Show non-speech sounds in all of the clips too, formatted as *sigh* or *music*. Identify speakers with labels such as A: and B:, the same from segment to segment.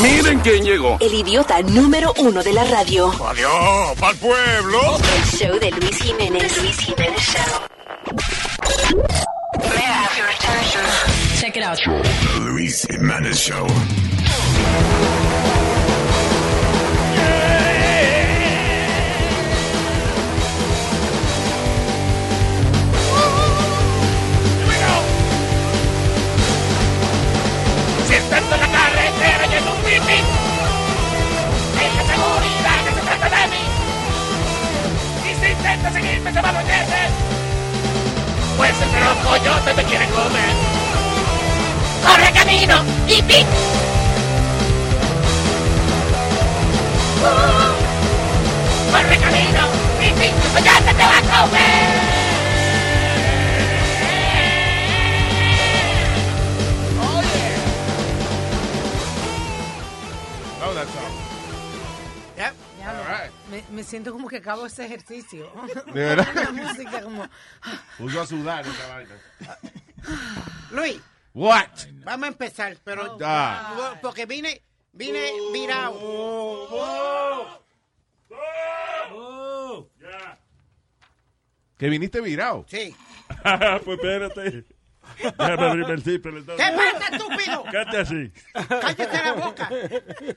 A: Miren quién llegó.
B: El idiota número uno de la radio.
A: Adiós, pa'l pueblo.
B: El show de Luis Jiménez. Luis Jiménez Show. May I have your attention? Check it out.
A: The Luis Jiménez Show.
C: Si estás en la carretera y en un pipí, ten la seguridad que se trata de mí. Y si intentas seguirme, se va a los dientes. Pues el perro coyote te quiere comer. ¡Corre camino! ¡Pipí! Uh, ¡Corre camino! ¡Pipí! ¡El coyote te va a comer!
D: Oh, that song.
E: Yep.
F: Ya,
D: All right.
F: me, me siento como que acabo ese ejercicio.
D: *laughs* ¿De verdad?
F: La música como...
D: Puso a sudar esa vaina.
E: Luis,
D: What?
E: vamos a empezar, pero
D: Ah.
E: porque vine, vine virado.
D: Que viniste virado.
E: Sí.
G: *laughs* pues espérate. Déjame abrirme el zipper.
E: ¿Qué
G: entonces.
E: pasa, estúpido?
G: Cállate así.
E: Cállate la boca.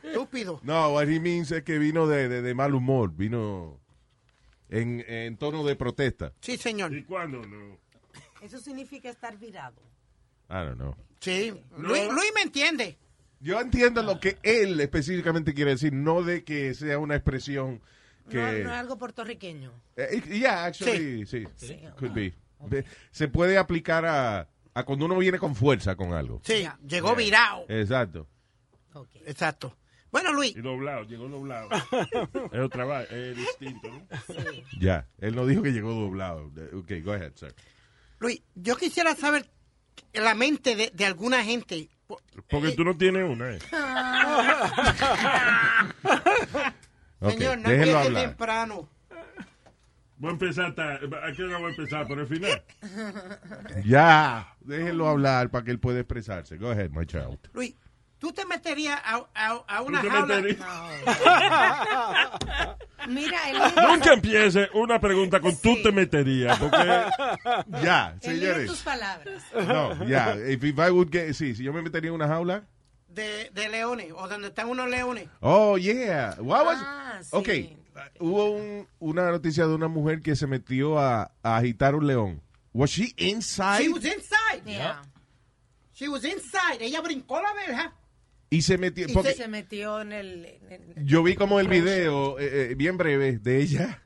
E: Estúpido.
D: No, what he means es que vino de, de- de mal humor, vino en, en tono de protesta.
E: Sí, señor.
G: ¿Y cuándo no?
F: Eso significa estar virado.
D: I don't know.
E: Sí. Luis, Luis me entiende.
D: Yo entiendo lo que él específicamente quiere decir, no de que sea una expresión que...
F: No, no es algo puertorriqueño.
D: Eh, it- yeah, actually, sí. Could be. Be- Se puede aplicar a, a cuando uno viene con fuerza con algo.
E: Sí, llegó virado.
D: Exacto.
F: Ok.
D: *laughs*
E: Exacto. Bueno, Luis,
G: Y doblado, llegó doblado. es otra va- es distinto, ¿no?
D: Ya. Él no dijo que llegó doblado. Ok, go ahead, sir.
E: Luis, yo quisiera saber la mente de, de alguna gente. Po-
G: Porque tú no tienes una, ¿eh?
D: Ok,
E: Señor, no
D: déjelo
E: empiece
D: hablar.
E: temprano.
G: Voy a empezar hasta... ¿A qué hora voy a empezar?
D: pues.
G: ¿Por el final?
D: Ya, déjelo hablar para que él pueda expresarse. Go ahead, my child.
E: Luis, ¿tú te meterías a, a- a una
G: ¿Tú te
E: jaula?
G: meterías?
F: Mira, el,
G: Nunca empiece una pregunta con tú te meterías, porque
D: Ya,
F: elige tus
D: señores.
F: palabras.
D: No, ya. If, if I would get, sí, si yo me metería en una jaula.
E: de, de leones o donde están unos leones.
D: Oh, yeah. What was-
F: Ah, sí.
D: Ok. uh, Hubo un- una noticia de una mujer que se metió a, a agitar un león. Was she
E: She
D: inside?
E: was inside.
F: Yeah.
E: She was inside. Ella brincó la verja.
D: Y se metió.
E: Y
D: porque
F: Se metió en el... en el-
D: yo vi como el video, eh, eh, bien breve, de ella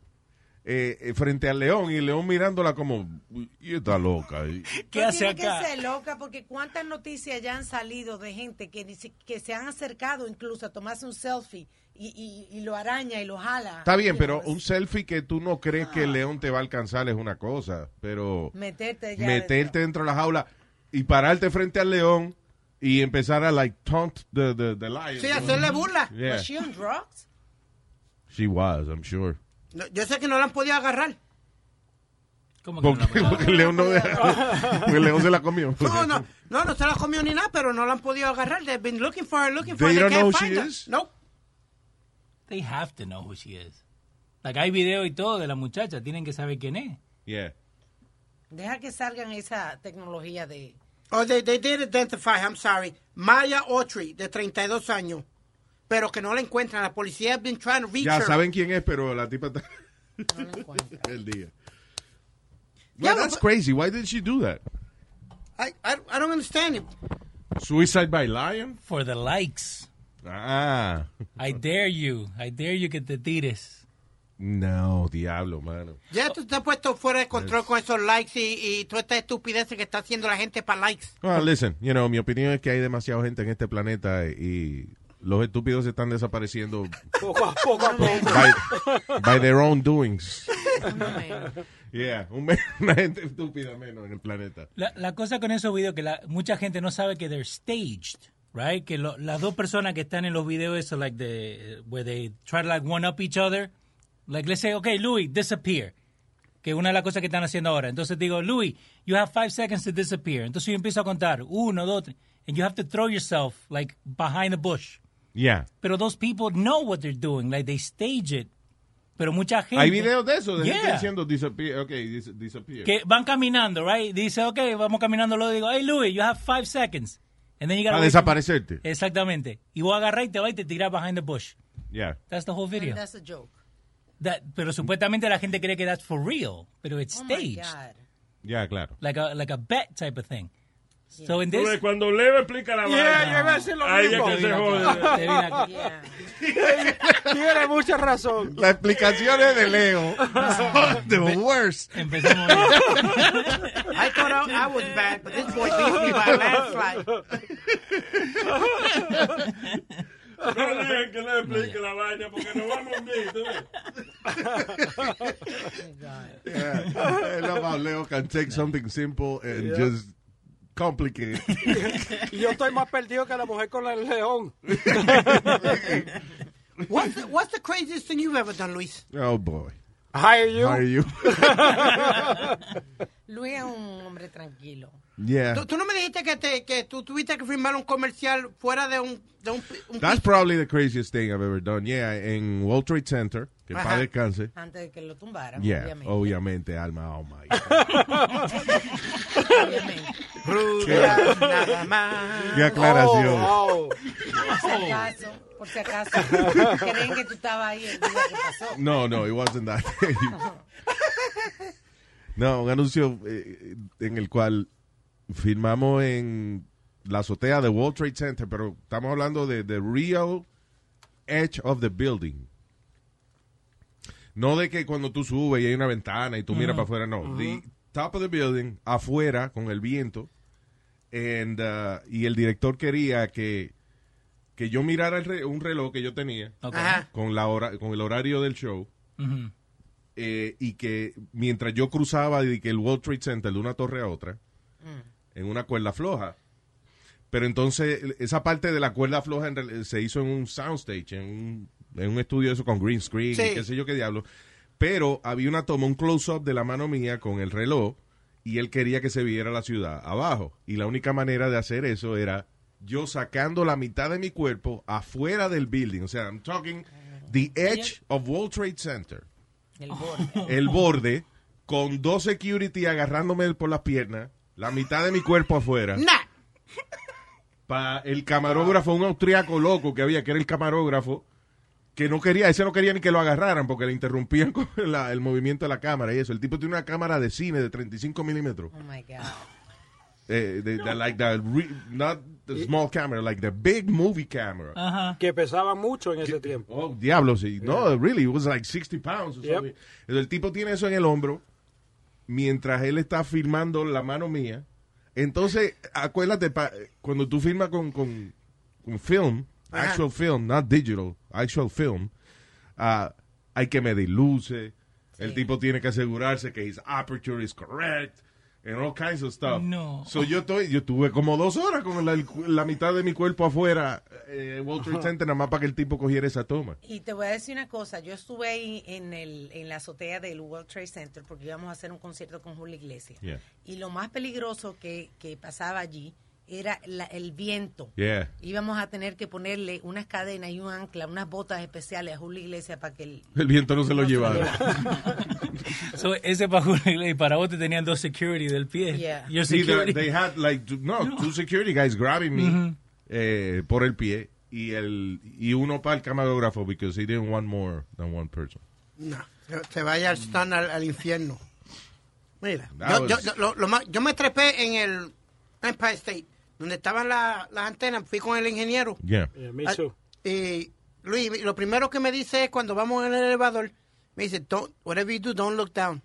D: eh, eh, frente al león y el león mirándola como, y está loca. Y-
H: ¿Qué
F: Tú
H: hace
F: tienes
H: acá?
F: que ser loca porque cuántas noticias ya han salido de gente que, dice, que se han acercado incluso a tomarse un selfie y, y, y lo araña y pues, lo jala.
D: Está bien,
F: You
D: pero
F: know,
D: un selfie que tú no crees que el león te va a alcanzar es una cosa, pero
F: Meterte ya.
D: meterte dentro de la jaula y pararte frente al león y empezar a like taunt the, the, the lion.
E: Sí, hacerle burla. Pues
D: Yeah.
F: Was she on drugs?
D: She was, I'm sure.
E: No, yo sé que no la han podido agarrar.
H: ¿Cómo que no
D: Porque,
H: la mueve?
D: porque el león no
E: *laughs*
D: deja- porque el león se la comió.
E: No, no, no, no se la comió ni nada, pero no la han podido agarrar. They've been looking for her, looking for
D: They
E: her.
D: don't know
E: They
D: who
E: can't find
D: she
E: her.
D: is?
E: No.
H: They have to know who she is. Like, hay video y todo de la muchacha. Tienen que saber quién es.
D: Yeah.
F: Deja que salgan esa tecnología
D: *laughs*
F: de...
E: Oh, they, they did identify, I'm sorry. Maya Autry, de 32 años. Pero que no la encuentran. La policía has been trying to reach
D: Ya
E: her.
D: saben quién es, pero la tipa está
F: No lo encuentro.
D: *laughs* el día.
E: Ya,
D: Well, that's
E: but-
D: crazy. Why did she do that?
E: I, I, I don't understand it.
D: Suicide by lion?
H: For the likes.
D: Ah.
H: I dare you. I dare you que te tires.
D: No, diablo, mano.
E: Ya tú estás puesto fuera de control con esos likes y, y toda esta estupidez que está haciendo la gente para likes.
D: Well, listen, you know, mi opinión es que hay demasiada gente en este planeta y los estúpidos se están desapareciendo
I: Poco a poco a poco.
D: by, by their own doings.
F: No me-
D: Yeah, un me- *laughs* una gente estúpida menos en el planeta.
H: La, la cosa con esos videos que la, mucha gente no sabe que they're staged, right? Que lo- las dos personas que están en los videos esos, like the, where they try to like one up each other, like let's say, okay, Louis, disappear. Que que una de las cosas que están haciendo ahora. Entonces digo, Louis, you have five seconds to disappear. Entonces yo empiezo a contar, uno, dos, tres, and you have to throw yourself like behind a bush.
D: Yeah.
H: Pero those people know what they're doing, like they stage it. Pero mucha gente.
D: Hay videos de eso, de gente
H: Yeah.
D: diciendo disappear. Ok, dis- disappear.
H: que van caminando, right? Dice, ok, vamos caminando, luego digo, hey Louis, you have five seconds. And then you gotta
D: Para
H: wait-
D: desaparecerte.
I: Eh.
H: Exactamente. Y vos agarrar y te vas y te tiras behind the bush.
D: Yeah.
H: That's the whole video.
F: And that's a joke.
H: That- pero supuestamente la gente cree que that's for real, pero it's
F: Oh my
H: staged,
F: God.
D: Yeah, claro.
H: like a like a bet type of thing. So in
G: Tú
H: this,
G: ves, Cuando Leo explica la
J: Yeah,
G: vaina,
J: yo iba a decir lo
G: ahí
J: mismo.
G: es que se
H: Adivina
G: jode.
H: cuál. Adivina cuál.
F: *laughs* Yeah.
J: Tiene mucha razón.
D: Las explicaciones de
I: *laughs*
D: Leo. *laughs* son The worst.
H: empezamos. ahí.
E: I thought I, I was bad, but this boy beat me by a landslide.
G: No dejen que Leo explique la vaina porque nos vamos bien, tú ves.
D: Yeah. I love how Leo can take something simple and just complicate it.
J: Y yo estoy más perdido que la mujer con el león.
E: What's the, what's the craziest thing you've ever done, Luis?
D: Oh, boy.
J: Hire
D: How are
J: you.
D: you?
F: Luis es un hombre tranquilo.
D: yeah.
E: ¿Tú, tú no me dijiste que, te, que tú tuviste que firmar un comercial fuera de un... De un, un
D: That's probably the craziest thing I've ever done. Yeah, en World Trade Center, que en paz
E: Ajá.
D: descanse.
F: Antes de que lo tumbaran,
D: Yeah,
F: Oh, obviamente.
D: obviamente, Alma. Oh, my God.
F: obviamente.
E: Rubia, nada más.
D: Qué aclaración.
J: Oh, oh.
F: Por si acaso, por si acaso, creen que tú estabas ahí el día que pasó.
D: No, no, it wasn't that. *laughs* no, un anuncio eh, en el cual firmamos en la azotea de World Trade Center, pero estamos hablando de the real edge of the building. No de que cuando tú subes y hay una ventana y tú miras para afuera, no. The top of the building, afuera, con el viento. And, uh, y el director quería que, que yo mirara el re- un reloj que yo tenía
H: Ok.
E: Ajá.
D: con, la hora, con el horario del show
H: Ujú.
D: eh, y que mientras yo cruzaba de que el World Trade Center de una torre a otra en una cuerda floja. Pero entonces el- esa parte de la cuerda floja en real- se hizo en un soundstage, en un, en un estudio de eso con green screen,
E: Sí.
D: y qué sé yo qué diablo. Pero había una toma, un close-up de la mano mía con el reloj y él quería que se viera la ciudad abajo. Y la única manera de hacer eso era yo sacando la mitad de mi cuerpo afuera del building. O sea, I'm talking the edge of World Trade Center
F: El borde.
D: el borde con dos security agarrándome por las piernas, la mitad de mi cuerpo afuera.
E: Nah.
D: Pa el camarógrafo, un austriaco loco que había, que era el camarógrafo, que no quería, ese no quería ni que lo agarraran porque le interrumpían *laughs* con la- el movimiento de la cámara y eso. El tipo tiene una cámara de cine de 35 milímetros.
F: Oh my God.
D: Eh, de- de- like the re- not the small camera, like the big movie camera.
H: Ajá. *laughs*
J: que pesaba mucho en ese tiempo.
D: Oh, diablo, sí. No, really, it was like 60 pounds or
J: Yep.
D: something. El tipo tiene eso en el hombro mientras él está filmando la mano mía. Entonces, acuérdate, pa- cuando tú filmas con, con, con film,
E: Ajá.
D: actual film, not digital, actual film, ah, hay que medir luces. El tipo tiene que asegurarse que his aperture is correct. And all kinds of stuff.
H: No.
D: So yo, estoy, yo tuve como dos horas con la, la mitad de mi cuerpo afuera, eh, World Trade Center, nada más para que el tipo cogiera esa toma.
F: Y te voy a decir una cosa, yo estuve ahí en, el, en la azotea del World Trade Center porque íbamos a hacer un concierto con Julio Iglesias.
D: Yeah.
F: Y lo más peligroso que, que pasaba allí era la- el viento.
D: Yeah.
F: Íbamos a tener que ponerle unas cadenas y un ancla, unas botas especiales a Julio Iglesias para que el...
D: El viento no se lo llevaba.
H: So, ese para Julio y para vos te tenían dos security del pie.
F: Yeah.
D: *laughs*
H: Your
D: Sí, they,
H: security.
D: they had like two- no, two security guys grabbing me
G: Mm-hmm.
D: eh, por el pie y el y uno para el camarógrafo because he didn't want more than one person.
E: No, se- se vaya al Stan al, al infierno. Mira,
D: That
E: yo, yo-
D: was-
E: yo- lo- lo más- yo me trepé en el Empire State, donde estaban la- las antenas, fui con el ingeniero.
D: Yeah.
J: Yeah, me
E: Ah,
J: too.
E: eh, Luis, lo primero que me dice es cuando vamos en el elevador, me dice, don't, whatever you do, don't look down.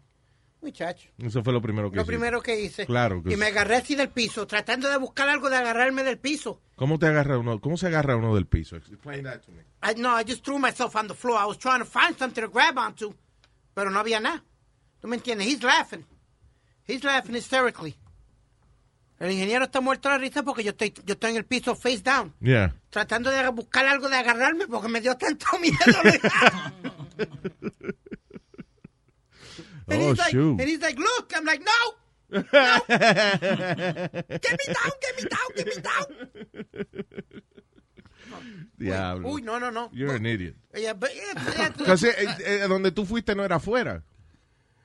E: Muchacho,
D: Eso fue lo primero que
E: lo
D: hice.
E: primero que hice.
D: Claro que
E: y me
D: sí.
E: agarré así del piso, tratando de buscar algo de agarrarme del piso.
D: ¿Cómo te agarra uno? ¿Cómo se agarra uno del piso? Explain that to me.
E: I, no, I just threw myself on the floor. I was trying to find something to grab onto, pero no había nada. ¿Tú me entiendes? He's laughing. He's laughing hysterically. El ingeniero está muerto de la risa porque yo estoy, yo estoy en el piso face down,
D: Yeah.
E: tratando de buscar algo de agarrarme *laughs* porque me dio tanto miedo. Luis. And
D: Oh,
E: he's like,
D: shoot.
E: and he's like, look. I'm like, no. No. get me down, get me down, get me
D: *laughs*
E: down.
D: Diablo.
E: Uy, no, no, no.
D: You're an
E: *laughs*
D: idiot.
E: Yeah, but yeah, yeah, tú-
D: Because, eh, eh, eh, donde tú fuiste no era afuera.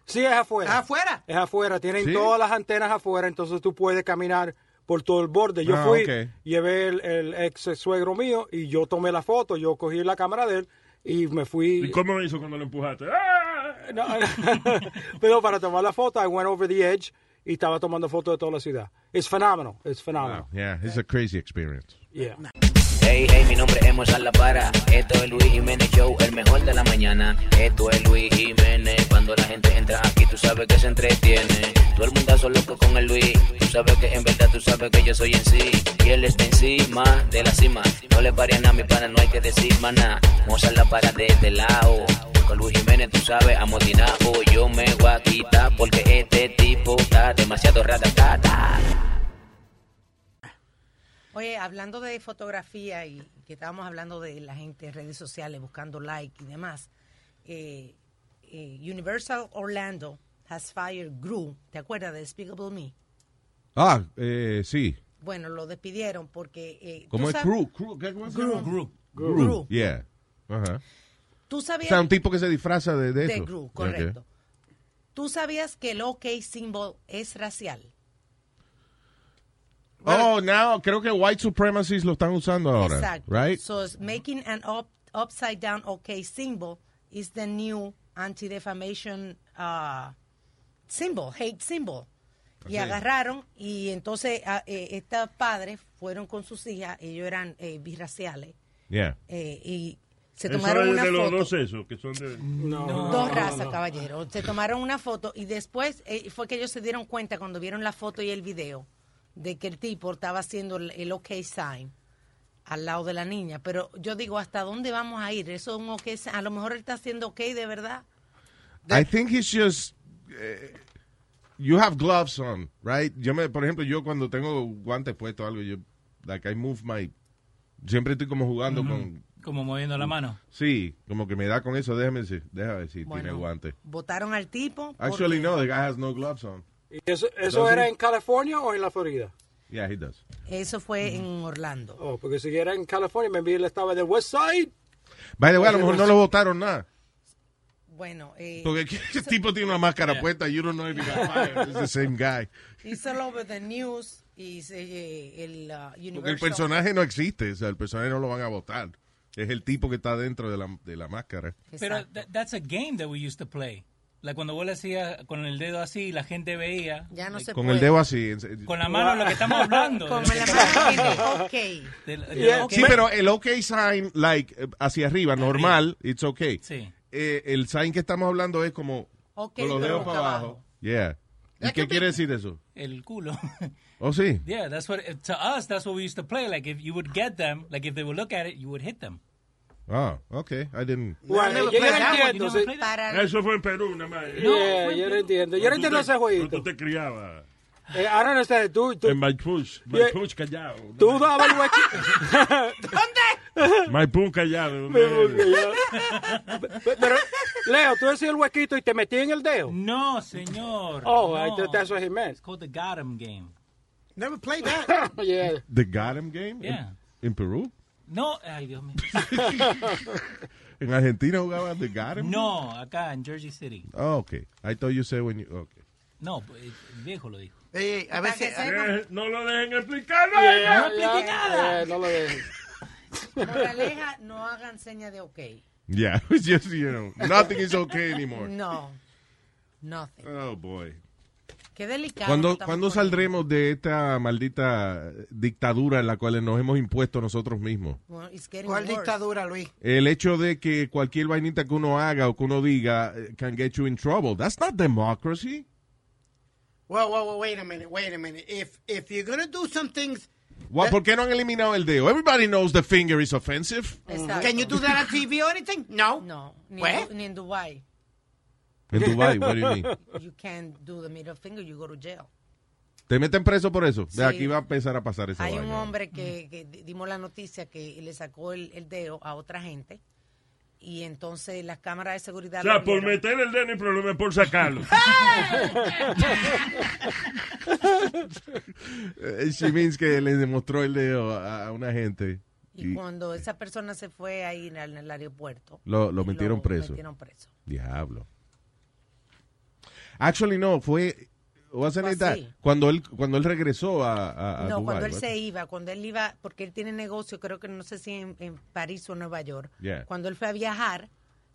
J: Sí, es afuera.
E: ¿Es afuera?
J: Es afuera. Tienen
D: Sí.
J: todas las antenas afuera, entonces tú puedes caminar por todo el borde. Yo
D: Ah,
J: fui,
D: ok.
J: llevé el, el ex suegro mío y yo tomé la foto. Yo cogí la cámara de él y me fui.
G: ¿Y cómo lo hizo cuando lo empujaste? ¡Ah!
J: No, no. *laughs* Pero para tomar la foto, I went over the edge y estaba tomando fotos de toda la ciudad. It's phenomenal. It's phenomenal.
D: Ah, Yeah, it's a crazy experience.
J: Yeah.
K: Hey, hey, mi nombre es Mozart La Para. Esto es Luis Jiménez Show, el mejor de la mañana. Esto es Luis Jiménez. Cuando la gente entra aquí, tú sabes que se entretiene. Todo el mundazo loco con el Luis. Tú sabes que en verdad tú sabes que yo soy en sí. Y él está encima de la cima. No le parían a mi pana, no hay que decir maná. Mozart La Para de este lado. Con Luis Jiménez, tú sabes, amotinado. Yo me voy a quitar porque este tipo está demasiado ratatata.
F: Oye, hablando de fotografía y que estábamos hablando de la gente en redes sociales buscando like y demás, eh, eh, Universal Orlando has fired Gru, ¿te acuerdas de Despicable Me?
D: Ah, eh, sí.
F: Bueno, lo despidieron porque... eh, ¿tú
D: ¿Cómo es
F: sab-
D: crew? crew ¿Qué cómo se
F: Gru.
D: llama?
F: Gru.
D: Gru.
F: Gru.
D: Yeah. Ajá.
F: ¿Tú
D: O
F: sabías,
D: sea, un tipo que se disfraza de, de
F: Pues De
D: eso.
F: Gru,
D: Ok.
F: correcto. ¿Tú sabías que el OK symbol es racial?
D: Oh, now, creo que white supremacists lo están usando ahora.
F: Exacto.
D: Right?
F: So, it's making an up, upside down OK symbol is the new anti-defamation uh, symbol, hate symbol. Y
L: Ok.
F: agarraron y entonces a- eh, estos padres fueron con sus hijas, ellos eran eh, birraciales,
D: Yeah.
F: eh, y se
G: Eso
F: tomaron
G: es
F: una
G: de los
F: foto.
G: dos esos, que son de...
J: No.
F: Dos razas, caballero. Se tomaron una foto y después eh, fue que ellos se dieron cuenta cuando vieron la foto y el video de que el tipo estaba haciendo el, el OK sign al lado de la niña. Pero yo digo, ¿hasta dónde vamos a ir? Eso es un OK sign. A lo mejor él está haciendo OK de verdad.
D: I think he's just. eh, you have gloves on, right? Yo me, por ejemplo, yo cuando tengo guantes puestos o algo, yo, like I move my. Siempre estoy como jugando
H: Ujú.
D: con.
H: Como moviendo
F: Mm.
H: la mano.
D: Sí, como que me da con eso. Déjame decir, déjame decir, tiene
F: Bueno.
D: guantes.
F: Votaron al tipo. porque-
D: Actually, no, the guy has no gloves on.
J: ¿Y eso, eso
D: Doesn't-
J: era en California o en la Florida?
D: Yeah, he does.
F: Eso fue en Orlando.
J: Oh, porque si era en California, me envié él estaba del West Side.
D: By the way, a lo mejor no lo votaron nada.
F: Bueno, eh,
D: Porque *laughs* ese tipo tiene una máscara
F: Yeah.
D: puesta. You don't know if he got fired. It's the same guy.
F: it's all over the news. Y se, eh, el, uh,
D: Porque el
F: Universal-
D: personaje no existe. O sea, el personaje no lo van a votar. Es el tipo que está dentro de la, de la máscara.
H: Pero tha- that's a game that we used to play. Like cuando vos le hacías con el dedo así, la gente veía.
F: Ya no se
D: Con el dedo así. en-
H: Con la mano, lo que estamos hablando.
F: Con la mano, ok.
H: Del- del
D: Yeah,
H: OK.
D: Sí, pero el OK sign, like, eh, hacia arriba, normal, it's okay.
H: Sí.
D: Eh, el sign que estamos hablando es como
H: Ok,
D: con los
H: pero
D: dedos
H: boca
D: para abajo. Yeah. ¿Y qué quiere decir eso?
H: El culo. *laughs*
D: Oh, sí.
H: Yeah, that's what to us. That's what we used to play. Like if you would get them, like if they would look at it, you would hit them.
D: Ah, okay. I didn't.
J: Bueno, yo no entiendo. sí.
G: Eso fue en Perú, nada más.
J: Yeah, yo no entiendo. Yo no entiendo ese jueguito.
G: Tú te criabas.
J: Eh, I don't understand. Tú, tú,
G: *laughs* En Maipush.
J: Yeah.
G: Maipush callado.
J: tú dabas el huequito. ¿Dónde?
G: Maipú callado.
J: *laughs* Pero, Leo, tú decías el huequito y te metí en el dedo.
H: No, señor.
J: Oh,
H: no.
J: I thought that's what he meant.
H: It's called the got 'em game.
E: Never played *laughs* that.
J: *laughs* yeah.
D: The got him game?
H: Yeah.
D: In, in Peru?
H: No, ay Dios mío.
D: En Argentina jugaban the got him?
H: No, acá en Jersey City.
D: Oh, okay. I thought you said when you okay.
H: No, el viejo lo dijo.
E: a veces-
G: No lo dejen explicar.
H: Yeah,
G: vaya.
H: no expliqué nada.
J: Eh, no lo dejes.
F: Moraleja, no hagan seña de ok.
D: Yeah, *laughs* it's just you know, nothing is okay anymore.
F: No. Nothing.
D: Oh boy.
F: Qué delicado.
D: ¿Cuándo,
F: estamos
D: ¿cuándo saldremos de esta maldita dictadura en la cual nos hemos impuesto nosotros mismos?
F: con- Well, it's getting
E: ¿Cuál
F: worse.
E: dictadura, Luis?
D: El hecho de que cualquier vainita que uno haga o que uno diga eh, can get you in trouble. That's not democracy.
E: Well, well, well, wait a minute, wait a minute. If if you're gonna do some things,
F: Eh.
D: Wha- ¿Por qué no han eliminado el dedo? Everybody knows the finger is offensive.
F: Exacto.
E: can you do that on TV or anything? No.
F: No, ni,
E: What?
F: en Du- ni en Dubai.
D: En Dubai, what do you mean?
F: You can't do the middle finger, you go to jail.
D: ¿Te meten preso por eso?
F: Sí.
D: De aquí va a empezar a pasar esa
F: Hay un
D: vaina.
F: hombre que, que di- dimos la noticia que le sacó el, el dedo a otra gente y entonces las cámaras de seguridad.
G: O sea,
F: lo
G: por
F: vieron.
G: meter el dedo no hay problema, es por sacarlo.
D: Eh, She means que le demostró el dedo a, a una gente.
F: Y
D: Y
F: cuando esa persona se fue ahí en el aeropuerto,
D: lo, lo metieron preso.
F: metieron preso.
D: Diablo. Actually, no, fue. wasn't
F: Fue
D: it that?
F: así.
D: Cuando él, cuando él regresó a, a, a
F: no,
D: Dubái,
F: cuando él
D: ¿verdad?
F: se iba, cuando él iba, porque él tiene negocio, creo que no sé si en, en París o Nueva York.
D: Yeah.
F: Cuando él fue a viajar,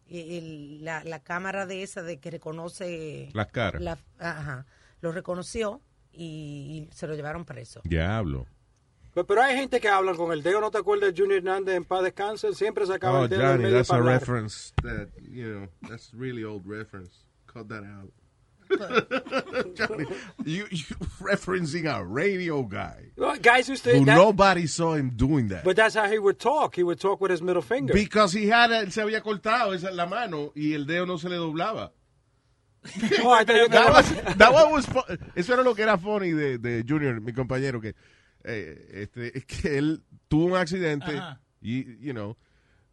F: eh, el- la, la cámara de esa de que reconoce.
D: Las caras.
F: la- ajá, lo reconoció y, y se lo llevaron preso.
D: Diablo.
J: Pero, pero hay gente que hablan con el dedo. ¿No te acuerdas de Junior Hernández en paz descanse? Siempre sacaba
D: Oh,
J: el dedo en
D: Johnny,
J: medio
D: that's
J: para
D: a
J: hablar.
D: reference that, you know, that's really old reference. Cut that out. *laughs* Johnny, you, you referencing a radio guy.
J: Well, Oh, guys used to-
D: Who
J: that-
D: nobody saw him doing that.
J: But that's how he would talk. He would talk with his middle finger.
D: Because he had, a- se había cortado esa la mano y el dedo no se le doblaba.
J: Oh, I thought
D: *laughs*
J: you-
D: That was- that one was fu- Eso era lo que era funny de, de Junior, mi compañero, que, eh, este, *laughs* que él tuvo un accidente
H: Ajá.
D: y, you know,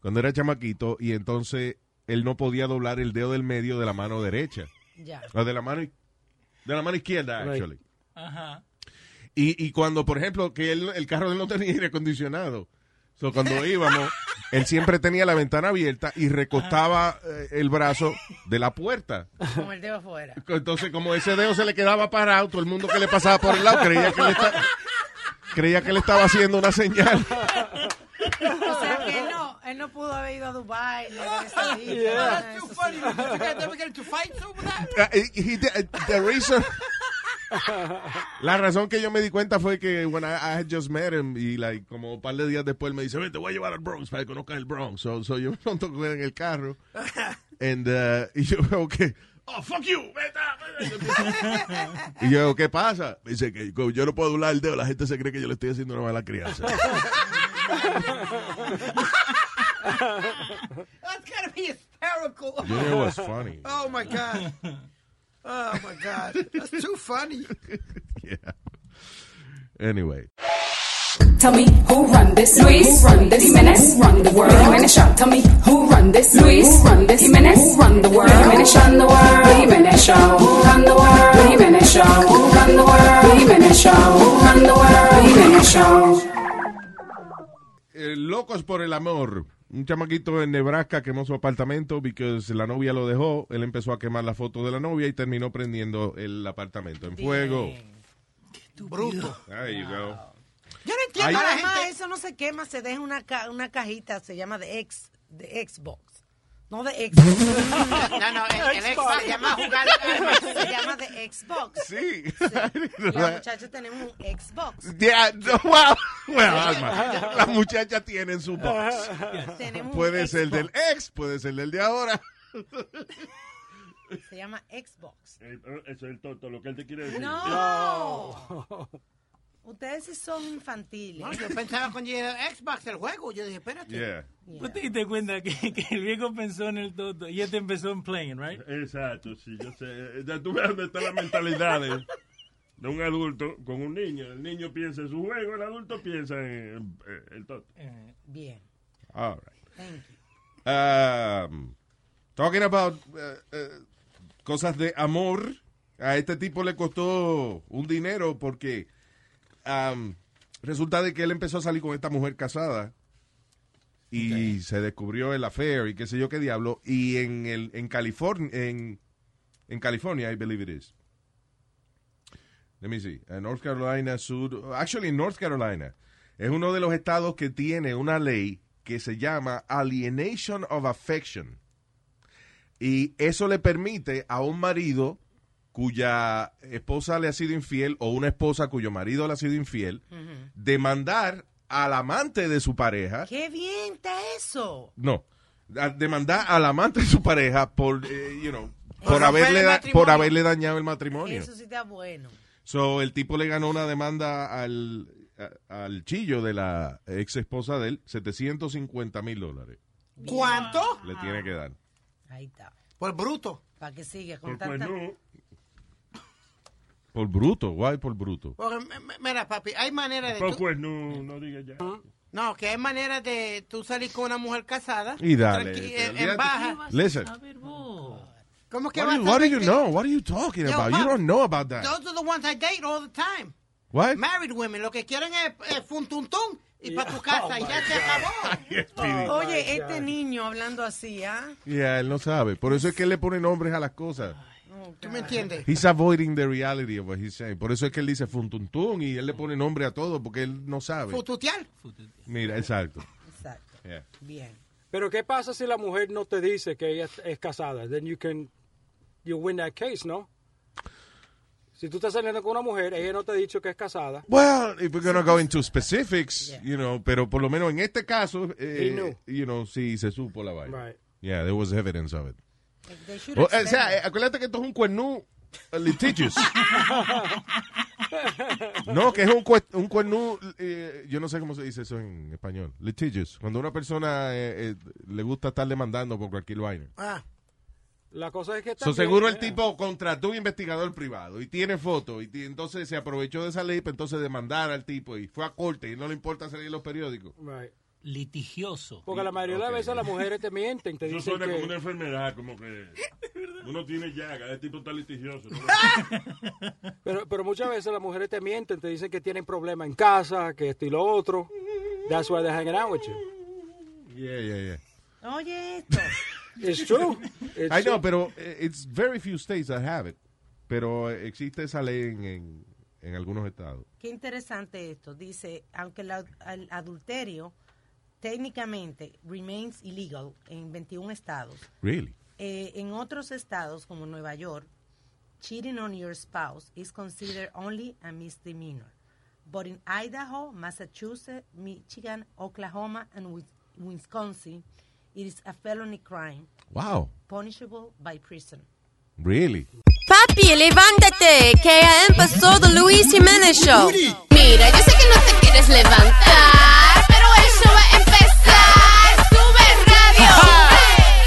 D: cuando era chamaquito y entonces él no podía doblar el dedo del medio de la mano derecha.
H: Ya.
D: O de la mano, i- de la mano izquierda,
H: Right.
D: actually.
H: Ajá.
D: Y, y cuando, por ejemplo, que él, el carro de él no tenía *laughs* aire acondicionado. So,
H: *laughs*
D: cuando íbamos, él siempre tenía la ventana abierta y recostaba eh, el brazo de la puerta.
F: Con el dedo afuera.
D: Entonces, como ese dedo se le quedaba parado, todo el mundo que le pasaba por el lado creía que le, esta- creía que le estaba haciendo una señal.
F: *laughs* O sea que él no, él no pudo haber ido a Dubai.
C: Yeah. That's too funny. You guys ever
F: get into fights over that?
D: Ah, eh, he did- eh, the reason- la razón que yo me di cuenta fue que when I, I had just met him y like, como un par de días después él me dice, "Ven, te voy a llevar al Bronx para que conozcas el Bronx. So, so yo me monto con él en el carro and, uh, y yo veo que... Oh, fuck you. Y yo, ¿qué pasa? Me dice que como yo no puedo doblar el dedo, la gente se cree que yo le estoy haciendo una mala crianza.
E: That's gotta be
D: *laughs*
E: hysterical.
D: Yeah, it was funny.
E: Oh my god. Oh my god. That's too funny.
D: *laughs* Yeah. Anyway.
L: Tell me who run this, Luis? Who run this menace? Who run the world? Jimenez Show. Tell me who run this, Luis? Who run this Jimenez? Who run the world? Jimenez Show. Run the world. Jimenez Show. Who run the world? Jimenez Show. Who run the world? Jimenez Show. Who run the world? Jimenez Show.
D: Eh, Locos por el amor. Un chamaquito en Nebraska quemó su apartamento porque la novia lo dejó. Él empezó a quemar la foto de la novia y terminó prendiendo el apartamento en fuego.
E: Bruto.
D: There you go.
F: Yo no
D: entiendo a la
F: Además, eso no se quema, se deja una, ca- una cajita, se llama de ex, de Xbox. No de *laughs* Xbox.
E: No, no, el- el Xbox se llama jugar-
F: Se
D: ¿eh?
F: llama de Xbox.
D: Sí.
F: Los
D: *laughs*
F: muchachos tenemos un Xbox.
D: Yeah, no, wow. Bueno, Alma, las muchachas tienen su box.
F: Tenemos un
D: Puede ser del ex, puede ser del de ahora.
F: Se llama Xbox.
G: Eh, eh, Eso es el tonto, lo que él te quiere decir.
F: No. *laughs* Ustedes sí son infantiles.
G: ¿Ah?
E: No, yo pensaba cuando llegué al Xbox el juego. Yo dije, espérate.
H: ¿Tú Pues te diste cuenta que, *laughs* que el viejo pensó en el todo y este empezó en playing, right?
G: Exacto, sí, yo sé. Eh, Ya tú ves dónde está la mentalidad de, de un adulto con un niño. El niño piensa en su juego, el adulto piensa en eh, el tonto.
F: Bien.
D: All right. Um, talking about uh, uh, cosas de amor, a este tipo le costó un dinero porque um, resulta de que él empezó a salir con esta mujer casada y se descubrió el affair y qué sé yo qué diablo y en el en California en en California I believe it is. Let me see. Uh, North Carolina Sud. Actually, North Carolina es uno de los estados que tiene una ley que se llama Alienation of Affection. Y eso le permite a un marido cuya esposa le ha sido infiel o una esposa cuyo marido le ha sido infiel
F: Ujú.
D: demandar al amante de su pareja.
F: Qué bien está eso.
D: No, a- demandar al amante de su pareja por, eh, you know,
F: Por
D: por
F: romper
D: haberle,
F: el
D: da- por
F: matrimonio.
D: haberle dañado el matrimonio.
F: Eso sí está bueno.
D: So, el tipo le ganó una demanda al, a- al chillo de la ex esposa de él, 750 mil dólares.
E: ¿Cuánto?
D: Le tiene que dar.
F: Ahí está.
E: Por bruto.
G: Pues,
F: Para que siga con
D: Por
F: tanta...
D: cuerno. Por, Por bruto, guay por bruto.
E: Porque, m- m- mira, papi, hay manera de... tú-
G: Poco es, no, no diga ya.
E: No, que hay manera de tú salir con una mujer casada.
D: Y dale. eh,
E: tranqui- en- en baja.
D: Listen.
E: ¿Cómo que
D: What
E: vas
D: do, you, what
E: a
D: do
E: saber
D: you
E: que-
D: know? What are you talking
E: Yo,
D: about? You
E: pa-
D: don't know about that.
E: Those are the ones I date all the time.
D: What? *laughs*
E: Married women. Lo que quieren es, es funtuntún y para tu casa y ya se acabó.
F: Oye, este niño hablando así, ¿ah?
D: Yeah, él no sabe. Por eso es que él le pone nombres a las cosas.
E: ¿Tú me entiendes?
D: He's avoiding the reality of what he's saying. Por eso es que él dice funtuntun y él le pone nombre a todo porque él no sabe.
E: Fututear.
D: Mira, exacto.
F: Exacto.
D: Yeah.
F: Bien.
J: Pero ¿qué pasa si la mujer no te dice que ella es casada? Then you can you win that case, ¿no? Si tú estás saliendo con una mujer, ella no te ha dicho que es casada.
D: Well, if we're gonna go into specifics, you know, pero por lo menos en este caso, eh,
J: He knew.
D: you know, sí se supo la vaina.
J: Right.
D: Yeah, there was evidence of it.
F: They should
D: O, o
F: expect-
D: sea, eh, acuérdate que esto es un cuernú eh, litigious. no, que es un, cuer- un cuernú, eh, yo no sé cómo se dice eso en español, litigious. Cuando a una persona eh, eh, le gusta estar demandando por cualquier vaina.
E: Ah.
J: La cosa es que
D: So,
J: también-
D: seguro el tipo contrató un investigador privado y tiene fotos y ti- entonces se aprovechó de esa ley para entonces demandar al tipo y fue a corte y no le importa salir en los periódicos.
J: Right.
H: Litigioso.
J: Porque la mayoría de
D: Ok.
J: las veces las mujeres te mienten, te
G: Eso
J: dicen
G: suena como
J: que
G: una enfermedad, como que uno tiene llaga, el tipo está litigioso. ¿no?
J: pero, pero muchas veces las mujeres te mienten, te dicen que tienen problemas en casa, que esto y lo otro. That's why they're hanging out with you.
D: Yeah, yeah, yeah.
F: Oye, esto.
J: It's
D: *laughs*
J: true. It's
D: I know,
J: true.
D: pero eh, it's very few states that have it. Pero eh, existe esa ley en, en, en algunos estados.
F: Qué interesante esto. Dice, aunque la- el adulterio técnicamente remains illegal en 21 estados,
D: Really?
F: eh, en otros estados como Nueva York, cheating on your spouse is considered only a misdemeanor. But in Idaho, Massachusetts, Michigan, Oklahoma, and Wis- Wisconsin, it is a felony crime
D: Wow,
F: punishable by prison.
D: really?
M: Papi, levántate, que ha empezado Luis Jiménez Show. Mira, yo sé que no te quieres levantar, pero el show va a empezar. Sube radio.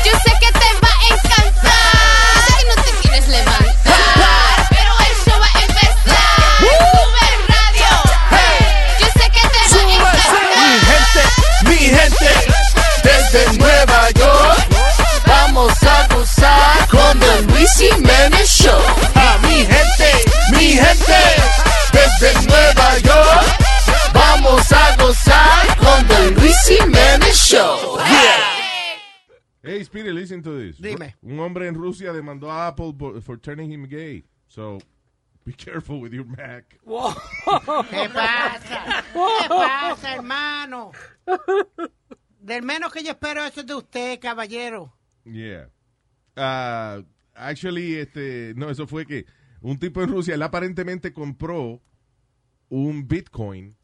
M: Yo sé que te va a encantar. Yo sé que no te quieres levantar, pero el show va a empezar. Sube radio. Yo sé que te va a encantar.
N: Mi gente, mi gente, desde Nueva York, vamos a gozar con el Luis Jiménez Show. A mi gente, mi gente, desde Nueva York, vamos a gozar con el Luis Jiménez Show.
D: Hey, Speedy, listen to this.
N: Dime.
D: Un hombre en Rusia demandó a Apple por, for turning him gay. So, be careful with your Mac.
E: ¿Qué pasa? ¿Qué pasa, hermano? Del menos que yo espero eso es de usted, caballero.
D: Yeah. Ah, actually, este, no, eso fue que un tipo en Rusia, él aparentemente compró un Bitcoin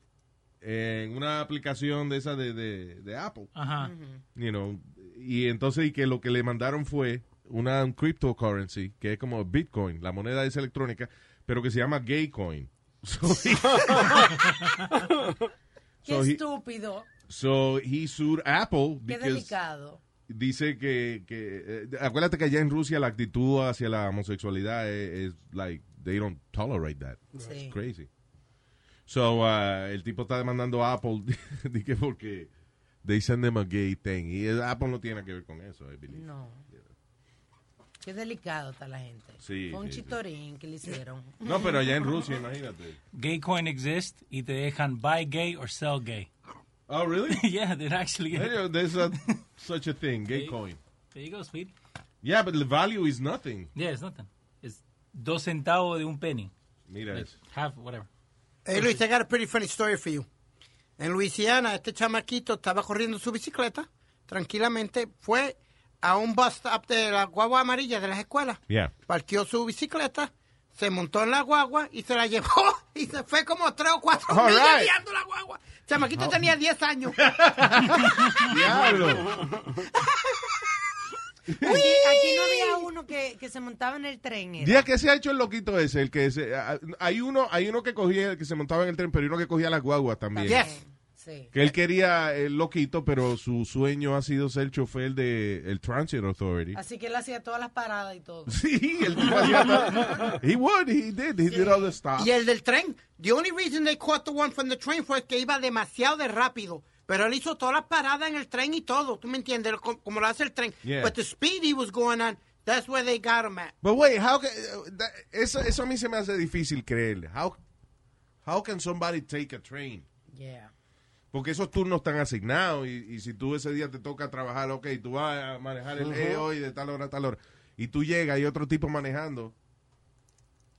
D: en una aplicación de esa de, de, de Apple.
H: Ajá.
D: You know, y entonces y que lo que le mandaron fue una un cryptocurrency, que es como Bitcoin, la moneda es electrónica, pero que se llama Gaycoin. *laughs* So he,
F: Qué
D: So he-
F: estúpido.
D: so he sued Apple
F: Qué
D: because
F: delicado.
D: dice que, que eh, acuérdate que allá en Rusia la actitud hacia la homosexualidad e, es, es like they don't tolerate that.
F: Sí.
D: It's crazy. So uh, el tipo está demandando a Apple *laughs* di que porque they send them a gay thing y eh, Apple no tiene nada que ver con eso, I believe.
F: No. Qué delicado está la gente.
D: Sí,
F: Fue un
D: sí, sí.
F: chitorín que le hicieron.
D: No, pero allá en Rusia, imagínate.
H: Gay coin exists y te dejan buy gay or sell gay. *laughs*
D: Oh,
F: *laughs*
D: really?
H: yeah, they're actually.
D: There- There's a, such a thing, gay coin.
H: There you go, sweet.
D: Yeah, but the value is nothing.
H: Yeah, it's nothing. It's dos centavos de un penny.
D: Mira
H: Like, Half, whatever.
E: Hey, Luis, I got a pretty funny story for you. En Luisiana, este chamaquito estaba corriendo su bicicleta tranquilamente, fue a un bus stop de la guagua amarilla de las escuelas,
F: *laughs*
D: Yeah.
E: parqueó su bicicleta, se montó en la guagua y se la llevó *laughs* y se fue como tres o cuatro
C: All
E: millas
C: right.
E: guiando la guagua. Chamaquito
C: Oh.
E: tenía 10 años.
C: *laughs*
D: Diablo.
F: Oye, aquí no había uno que, que se montaba en el tren. era.
D: Día que se ha hecho el loquito ese, el que se, ah, hay uno, hay uno que cogía, que se montaba en el tren, pero hay uno que cogía las guaguas también.
F: Yes. Sí.
D: Que él quería el loquito, pero su sueño ha sido ser chofer de el Transit Authority.
F: Así que él hacía todas las paradas y todo.
D: *laughs* Sí, el tipo hacía todo. He would, he did, he did all the stuff.
E: Y el del tren, the only reason they caught the one from the train fue que iba demasiado de rápido. Pero él hizo todas las paradas en el tren y todo, ¿tú me entiendes? Lo- Como, como lo hace el tren.
D: Yeah.
E: But the speed he was going on, that's where they got him at.
D: But wait, how can, that- eso, eso a mí se me hace difícil creerle. How, how can somebody take a train?
F: Yeah.
D: Porque esos turnos están asignados y, y si tú ese día te toca trabajar, ok, tú vas a manejar el
F: Ujú.
D: E hoy de tal hora a tal hora. Y tú llegas y otro tipo manejando.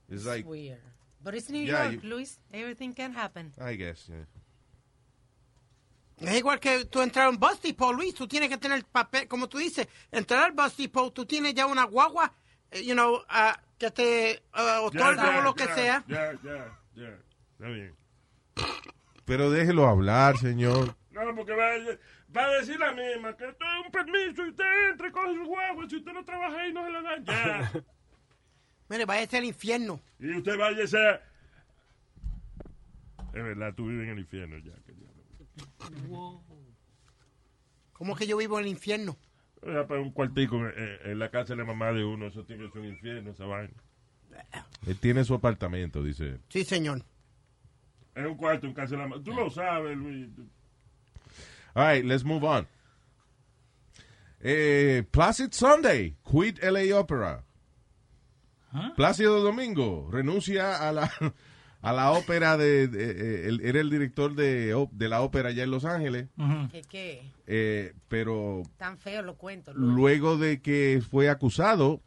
D: It's like,
F: Weird. But it's New
D: Yeah,
F: York,
D: you-
F: Luis. Everything can happen.
D: I guess, yeah.
E: Es igual que tú entrar a un bus depot, Luis. Tú tienes que tener papel, como tú dices, entrar al bus depot, tú tienes ya una guagua, eh, you know, ah, que te ah, otorga o lo que sea.
G: Ya, ya, ya. Está bien.
D: Pero déjelo hablar, señor.
G: No, porque va, a- va a decir la misma, que esto es un permiso y usted entra y coge su guagua, si usted no trabaja ahí no se la dan ya.
E: Mire, vaya a ser infierno.
G: y usted vaya a ser... Es verdad, tú vives en el infierno ya. que diablo.
E: ¿Cómo que yo vivo en el infierno?
G: Era para un cuartico eh, eh, en la casa de la mamá de uno, eso tiene que ser un infierno, esa vaina.
D: Él tiene su apartamento, dice él.
E: Sí, señor.
G: Es un cuarto en casa de la mamá. Tú lo sabes, Luis. tú-
D: All right, let's move on. Eh, Placid Sunday, quit LA Opera. Plácido Domingo renuncia a la, *laughs* a la ópera de, de- eh, él era el director de, op- de la ópera allá en Los Ángeles,
F: ¿Qué qué?
D: eh, pero
F: Tan feo lo cuento. Luis.
D: luego de que fue acusado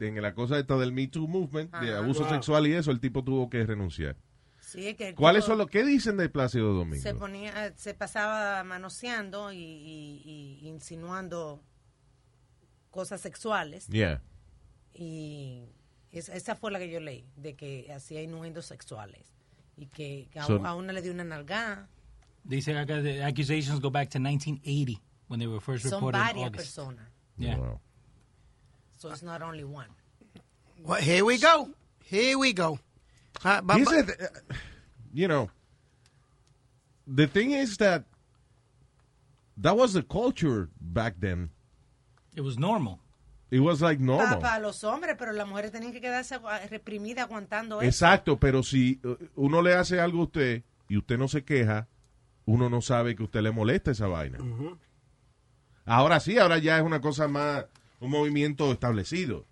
D: en la cosa esta del Me Too Movement, de
F: Ajá.
D: abuso
F: Ah, Wow.
D: sexual y eso, el tipo tuvo que renunciar.
F: Sí, es que el
D: ¿Cuáles
F: tipo
D: son los que dicen de Plácido Domingo?
F: Se, ponía, eh, se pasaba manoseando y, y- y insinuando cosas sexuales.
D: Yeah.
F: Y es- esa fue la que yo leí, de que hacía innuendos sexuales. Y que, que a,
H: So-
F: a una le dio una nalgada.
H: They say acá, the accusations go back to 1980 when they were first
F: Son
H: reported in
F: varias
H: August.
F: personas.
H: Yeah.
F: So it's not only one.
E: Well, here we go. Here we go. Ah, va-
D: Dice,
E: va-
D: eh, you know, the thing is that that was the culture back then.
H: It was normal.
D: It was like normal.
F: Para los hombres, pero las mujeres tenían que quedarse agua- reprimidas aguantando eso.
D: Exacto, pero si eh, uno le hace algo a usted y usted no se queja, uno no sabe que usted le molesta esa vaina. Ahora sí, ahora ya es una cosa más, un movimiento establecido.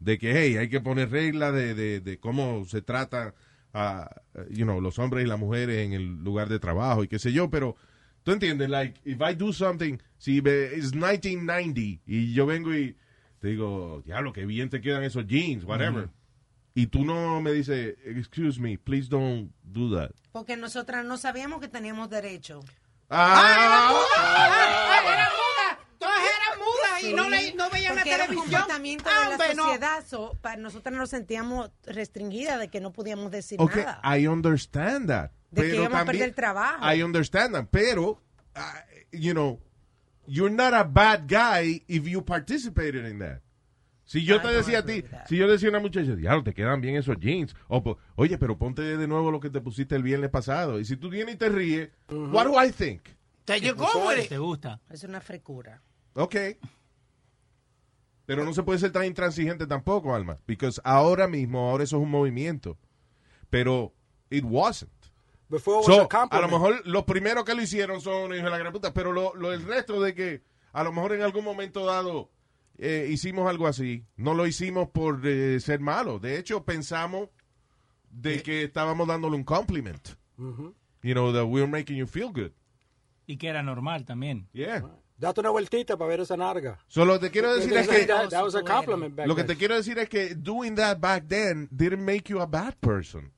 D: De que, hey, hay que poner reglas de, de- de cómo se trata a, you know, los hombres y las mujeres en el lugar de trabajo y qué sé yo, pero tú entiendes, like, if I do something, si es 1990 y yo vengo y te digo, diablo, qué bien te quedan esos jeans, whatever. Y tú no me dices, excuse me, please don't do that.
F: Porque nosotras no sabíamos que teníamos derecho. Ah,
E: Ah, era muda! ah, Todas eran mudas y no, le, no veían la
F: Porque era un
E: televisión.
F: comportamiento
E: Ah,
F: de
E: hombre,
F: la
E: no.
F: sociedad. so, pa- nosotras nos sentíamos restringidas de que no podíamos decir
D: Ok,
F: nada.
H: ah.
D: I understand that.
F: De que
D: pero
F: íbamos a
D: también-
F: perder trabajo.
D: I understand that, pero, uh, you know, you're not a bad guy if you participated in that. Si yo
F: Ah,
O: I
D: te
O: don't
D: decía a
O: agree
D: ti,
O: with that.
D: si yo le decía a una muchacha, diablo, te quedan bien esos jeans. O, po- oye, pero ponte de nuevo lo que te pusiste el viernes pasado. Y si tú vienes y te ríes, what do I think?
E: There you go with it.
H: ¿Te gusta?
F: Es una frecura.
D: Ok. Pero no se puede ser tan intransigente tampoco, Alma. Because ahora mismo, ahora eso es un movimiento. Pero it wasn't.
J: Before it was
D: So,
J: a compliment.
D: a lo mejor los primeros que lo hicieron son hijos de la gran puta, pero lo, lo- el resto de que a lo mejor en algún momento dado eh, hicimos algo así, no lo hicimos por eh, ser malos. De hecho, pensamos de que estábamos dándole un compliment. You know, that we're making you feel good.
H: Y que era normal también.
D: Yeah.
J: Date una vueltita para ver esa narga.
D: So, lo que quiero decir es que...
J: That, that was a compliment back
D: Lo que te
J: then.
D: quiero decir es que doing that back then didn't make you a bad person.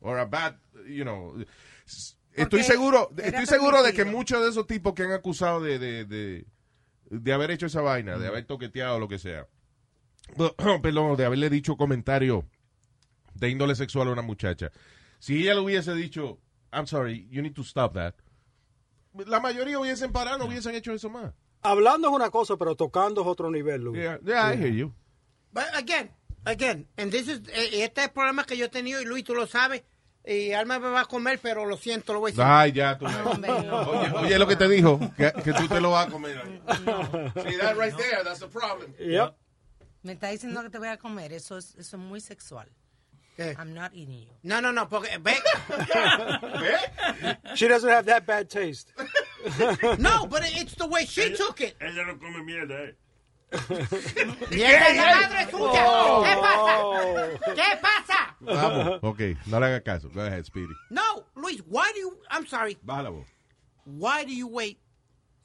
D: Or a bad, you know. s- Estoy seguro,
O: era
D: estoy seguro de que
O: permitido.
D: muchos de esos tipos que han acusado de, de, de, de haber hecho esa vaina, de haber toqueteado o lo que sea, *clears throat* perdón, de haberle dicho comentario de índole sexual a una muchacha. Si ella le hubiese dicho, I'm sorry, you need to stop that. La mayoría hubiesen parado, no hubiesen hecho eso más.
J: Hablando es una cosa, pero tocando es otro nivel, Luis.
D: Yeah, yeah, I hear you.
E: But again, again, and this is, eh, este es el problema que yo he tenido, y Luis, tú lo sabes, Y Alma me va a comer, pero lo siento, lo voy a decir.
D: Ay, ya, tú. *laughs*
H: *laughs*
D: Oye, oye lo que te dijo, que, que tú te lo vas a comer.
F: See,
N: that right there, that's the problem.
F: Yep. Me está diciendo que te voy a comer. Eso es, eso es muy sexual. I'm not eating you.
E: No, no, no, porque
D: *laughs*
E: ve.
D: ¿Eh?
J: She doesn't have that bad taste.
E: no, but it's the way she took it.
G: Ella no come mierda, eh.
E: Mierda, la madre es suya.
D: Oh.
E: ¿Qué
J: Oh.
E: pasa? ¿Qué pasa?
D: Vamos, *laughs* ok, no le hagas caso. Go ahead, Speedy.
E: No, Luis, why do you? I'm sorry.
D: Baja la voz.
E: Why do you wait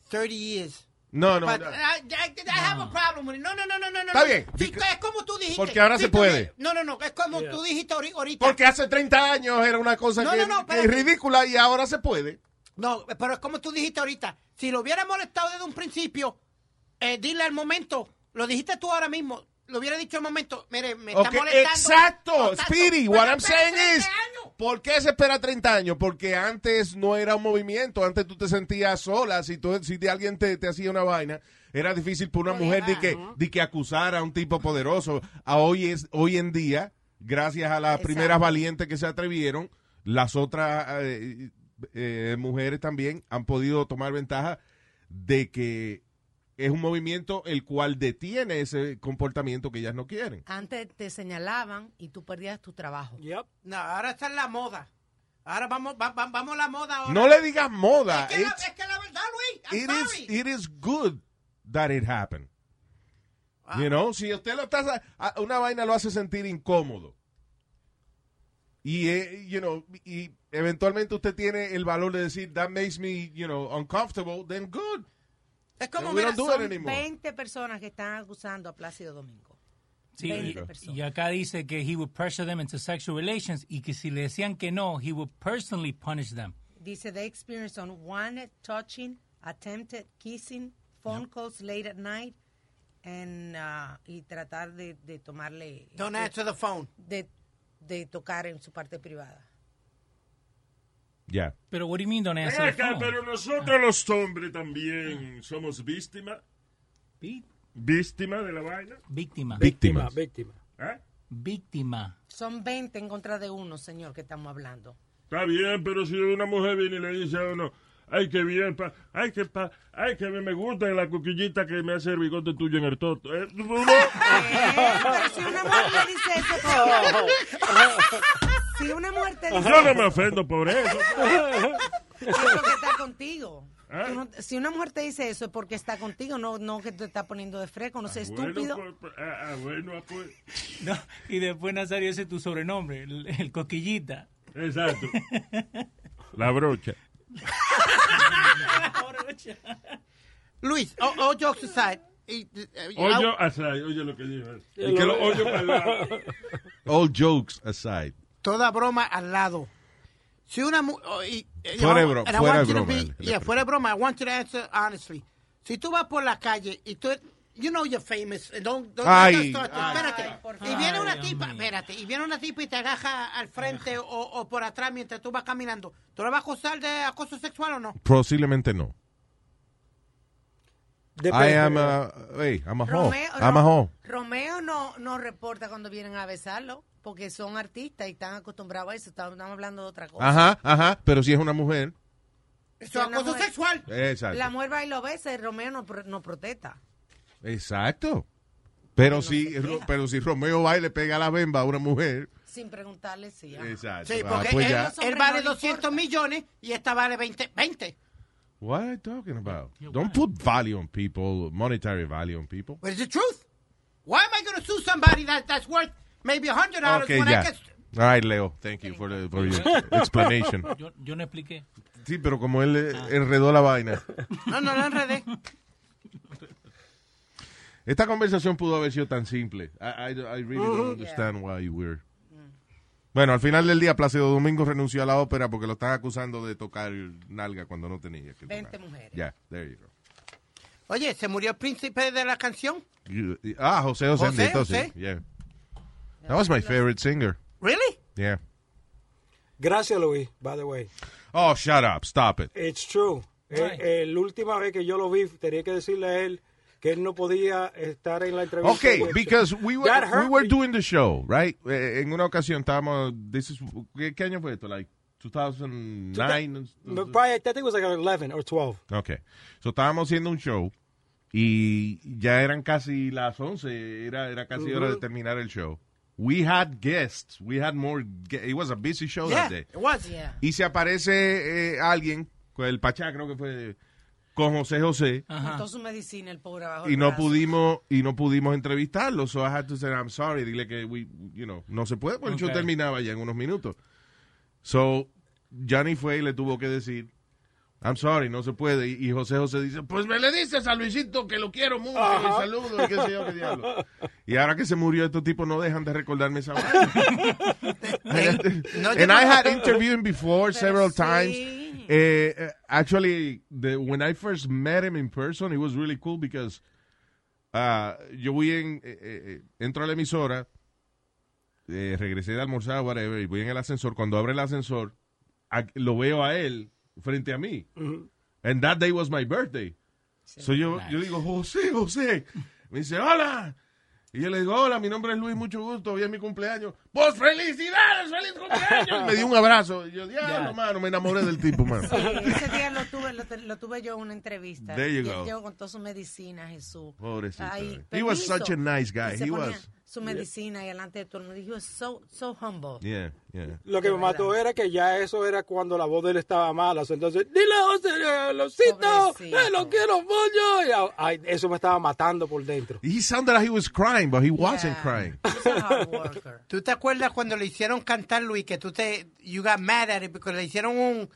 E: 30 years?
D: No, no,
E: But eh,
D: no.
E: I, I- I have a problem with it. No, no, no, no, no. no.
D: Está bien.
E: Sí, es como tú dijiste.
D: Porque ahora se
E: Sí, tú
D: puede.
E: di- No, no, no. Es como
D: Yeah.
E: tú dijiste ahori- ahorita.
D: Porque hace 30 años era una cosa
E: No,
D: que,
E: no, no,
D: que es
E: espérate.
D: ridícula y ahora se puede.
E: No, pero es como tú dijiste ahorita. Si lo hubiera molestado desde un principio, eh, dile al momento. Lo dijiste tú ahora mismo. Lo hubiera dicho al momento. Mire, me
D: Ok,
E: está molestando.
D: exacto,
E: Exacto.
D: Speedy,
E: Pero
D: what I'm
E: espera
D: saying
E: 30
D: is,
E: años.
D: ¿por qué se espera 30 años? Porque antes no era un movimiento, antes tú te sentías sola, si, tú, si de alguien te, te hacía una vaina, era difícil para una mujer de que, de que acusara a un tipo poderoso. A hoy, es, hoy en día, gracias a las primeras valientes que se atrevieron, las otras eh, eh, mujeres también han podido tomar ventaja de que es un movimiento el cual detiene ese comportamiento que ellas no quieren.
F: Antes te señalaban y tú perdías tu trabajo.
J: Yep.
E: No, ahora está en la moda. Ahora vamos, va- va- vamos a la moda ahora.
D: No le digas moda.
E: Es que, la,
D: It's-
E: es que la verdad, Luis. I'm
D: it is
E: sorry.
D: it is good that it happened.
E: Ah.
D: You know, si usted lo está a- una vaina lo hace sentir incómodo. Y eh, you know, y eventualmente usted tiene el valor de decir that makes me, you know, uncomfortable, then good.
E: Es
F: como
D: we
F: mira,
D: don't do
F: son
D: it anymore.
F: 20 personas que están acusando a Plácido Domingo.
H: Sí,
F: 20
H: y,
F: personas.
H: y acá dice que he would pressure them into sexual relations y que si le decían que no, he would personally punish them.
F: Dice, they experienced on one touching, attempted kissing, phone calls late at night, and, uh, y tratar de, de tomarle...
E: Don't
F: de-
E: answer the phone.
F: De, de tocar en su parte privada.
D: Yeah.
H: Pero what do you mean don't answer
G: Ven
H: the
G: acá,
H: phone?
G: pero nosotros los hombres también somos víctimas. Víctima de la vaina.
H: Víctima.
D: Víctima.
J: Víctima.
G: ¿Eh?
H: Víctima.
F: Son 20 en contra de uno, señor, que estamos
E: *laughs*
F: hablando.
G: Está bien, pero si una mujer viene y le dice a uno, ay, que bien, pa, ay, que pa, ay, que me gusta la cuquillita que me hace el bigote tuyo en el toto. Eh, uno-
F: Eh, si una mujer te dice eso, señor, *laughs*
E: Oh.
F: si una mujer te dice
G: yo no me ofendo por
F: *laughs*
G: eso.
F: es porque
G: *laughs*
F: está contigo.
G: ¿Eh?
F: Tú no- si una mujer te dice eso es porque está contigo, no, no que te está poniendo de fresco, no sé, estúpido.
G: Bueno, pues, ah, ah, bueno, pues.
H: No, y después Nazario ese es tu sobrenombre, el, el coquillita.
G: Exacto. La brocha.
E: Luis, all, all jokes aside. y- y-
G: Hoyo, asai, oye lo que dijo. él.
E: Ya
G: Y que
E: lo
G: lo
E: veo.
G: hoyo para el lado.
D: *laughs* All jokes aside.
E: toda broma al lado. Si una mu- oh, y- y-
D: Fuera de
E: and I
D: bro-
E: want
D: fuera de
E: you to
D: broma,
E: be-
D: le- le
E: yeah, fuera de broma. I want you to answer honestly. Si tú vas por la calle y tú, you know you're famous. and Don't, don't
D: Ay,
E: don't start-
D: ay.
E: espérate.
F: Ay, por
E: y viene
F: favor.
E: una
F: Ay,
E: tipa,
F: Dios mío.
E: espérate, y viene una tipa y te agaja al frente o, o por atrás mientras tú vas caminando. ¿Tú la vas a acusar de acoso sexual o no?
D: Posiblemente no. I am uh, a, hey, I'm a hoe. I'm a hoe.
F: Romeo no, no reporta cuando vienen a besarlo, porque son artistas y están acostumbrados a eso. Estamos estamos hablando de otra cosa.
D: Ajá, ajá, pero si es una mujer,
F: Si una
E: acoso
F: mujer-
E: sexual.
D: Exacto.
F: La mujer va y lo besa y Romeo no, pro- no protesta.
D: exacto. Pero si Ro- pero si Romeo va y le pega la bemba a una mujer,
F: Sin preguntarle si.
D: Exacto.
E: Sí,
D: Ah,
E: porque
D: pues
E: él,
D: ya.
E: él vale 200 millones y esta vale 20. 20.
D: What are you talking about? Don't put value on people, monetary value on people.
E: But it's the truth. Why am I going to sue somebody that, that's worth maybe $100
D: Okay,
E: when I
D: ya.
E: can
D: All right, Leo. Thank you for, the, for your explanation.
E: *laughs*
H: Yo, yo no expliqué.
D: Sí, pero como él eh, enredó la vaina.
E: No, no, no enredé.
D: Esta conversación pudo haber sido tan simple. I, I, I really
E: Ujú.
D: don't understand why we're...
E: Mm.
D: Bueno, al final del día, Plácido Domingo renunció a la ópera porque lo están acusando de tocar nalga cuando no tenía que tocar.
E: 20 mujeres.
D: Ya, there you go.
E: Oye, ¿se murió el príncipe de la canción?
D: You- Ah, José José.
E: José,
D: entonces,
E: José.
D: Yeah. That was my favorite singer.
E: Really?
D: Yeah.
J: Gracias, Luis, by the way.
D: Oh, shut up. Stop it.
J: It's true.
D: Why?
J: Eh, eh, la última vez que yo lo vi, tenía que decirle a él que él no podía estar en la entrevista.
D: Okay, because we were,
J: That hurt
D: we were doing the show, right? Eh, en una ocasión estábamos, this is, ¿qué, qué año fue esto? Like 2009.
J: But probably, I think it was like 11 or 12.
D: Okay. So estábamos haciendo un show y ya eran casi las 11, era, era casi hora
J: Uh-huh.
D: de
E: Ujú.
D: terminar el show. We had guests, we had more, gue- it was a busy show that
E: Yeah,
D: day.
E: it was. Yeah.
D: Y se aparece eh, alguien, con el Pachá creo que fue, con José José.
F: Toda su medicina, el pobre abajo.
D: y no pudimos y no pudimos entrevistarlo so I had to say I'm sorry dile que we, you know no se puede porque el show
O: Ok.
D: terminaba ya en unos minutos so Johnny fue y le tuvo que decir I'm sorry no se puede y, y José José dice pues me le dices a Luisito que lo quiero mucho y
O: Ajá.
D: saludo y qué sé yo qué diablo y ahora que se murió estos tipos no dejan de recordarme
O: *laughs*
D: esa vaina
O: no, yo
D: and I
O: no- *laughs*
D: had interviewed him before several times Eh, eh, actually the, when I first met him in person it was really cool because Ah, yo voy en, eh, eh, entro a la emisora, eh, regresé de almorzar, whatever, y voy en el ascensor. Cuando abre el ascensor, a- lo veo a él frente a mí. And that day was my birthday. so yo, yo digo, José, José. Me dice, hola. Y yo le digo, hola, mi nombre es Luis, mucho gusto, hoy es mi cumpleaños. ¡Vos felicidades! ¡Feliz cumpleaños! Y me dio un abrazo. Y yo, diablo, mano, me enamoré del tipo, mano.
F: Sí, ese día lo tuve, lo, te- lo tuve yo en una entrevista.
D: There you
F: Y él
D: go.
F: llegó con toda su medicina, Jesús.
D: Pobrecito. eh.
F: Ay,
D: He was
F: permiso.
D: such a nice guy.
F: Y se
D: He
F: ponía
D: was-
F: Su medicina y delante de todo el mundo. He was so, so humble.
D: Yeah, yeah.
J: Lo que me mató era que ya eso era cuando la voz de él estaba mala. O sea, Entonces, dile, José, eh, lo cito, eh, lo quiero, pollo. Y, ah, ay, eso me estaba matando por dentro.
D: He sounded like he was crying, but he wasn't crying. *laughs*
E: ¿Tú te acuerdas cuando le hicieron cantar, Luis, que tú te... You got mad at it because le hicieron un,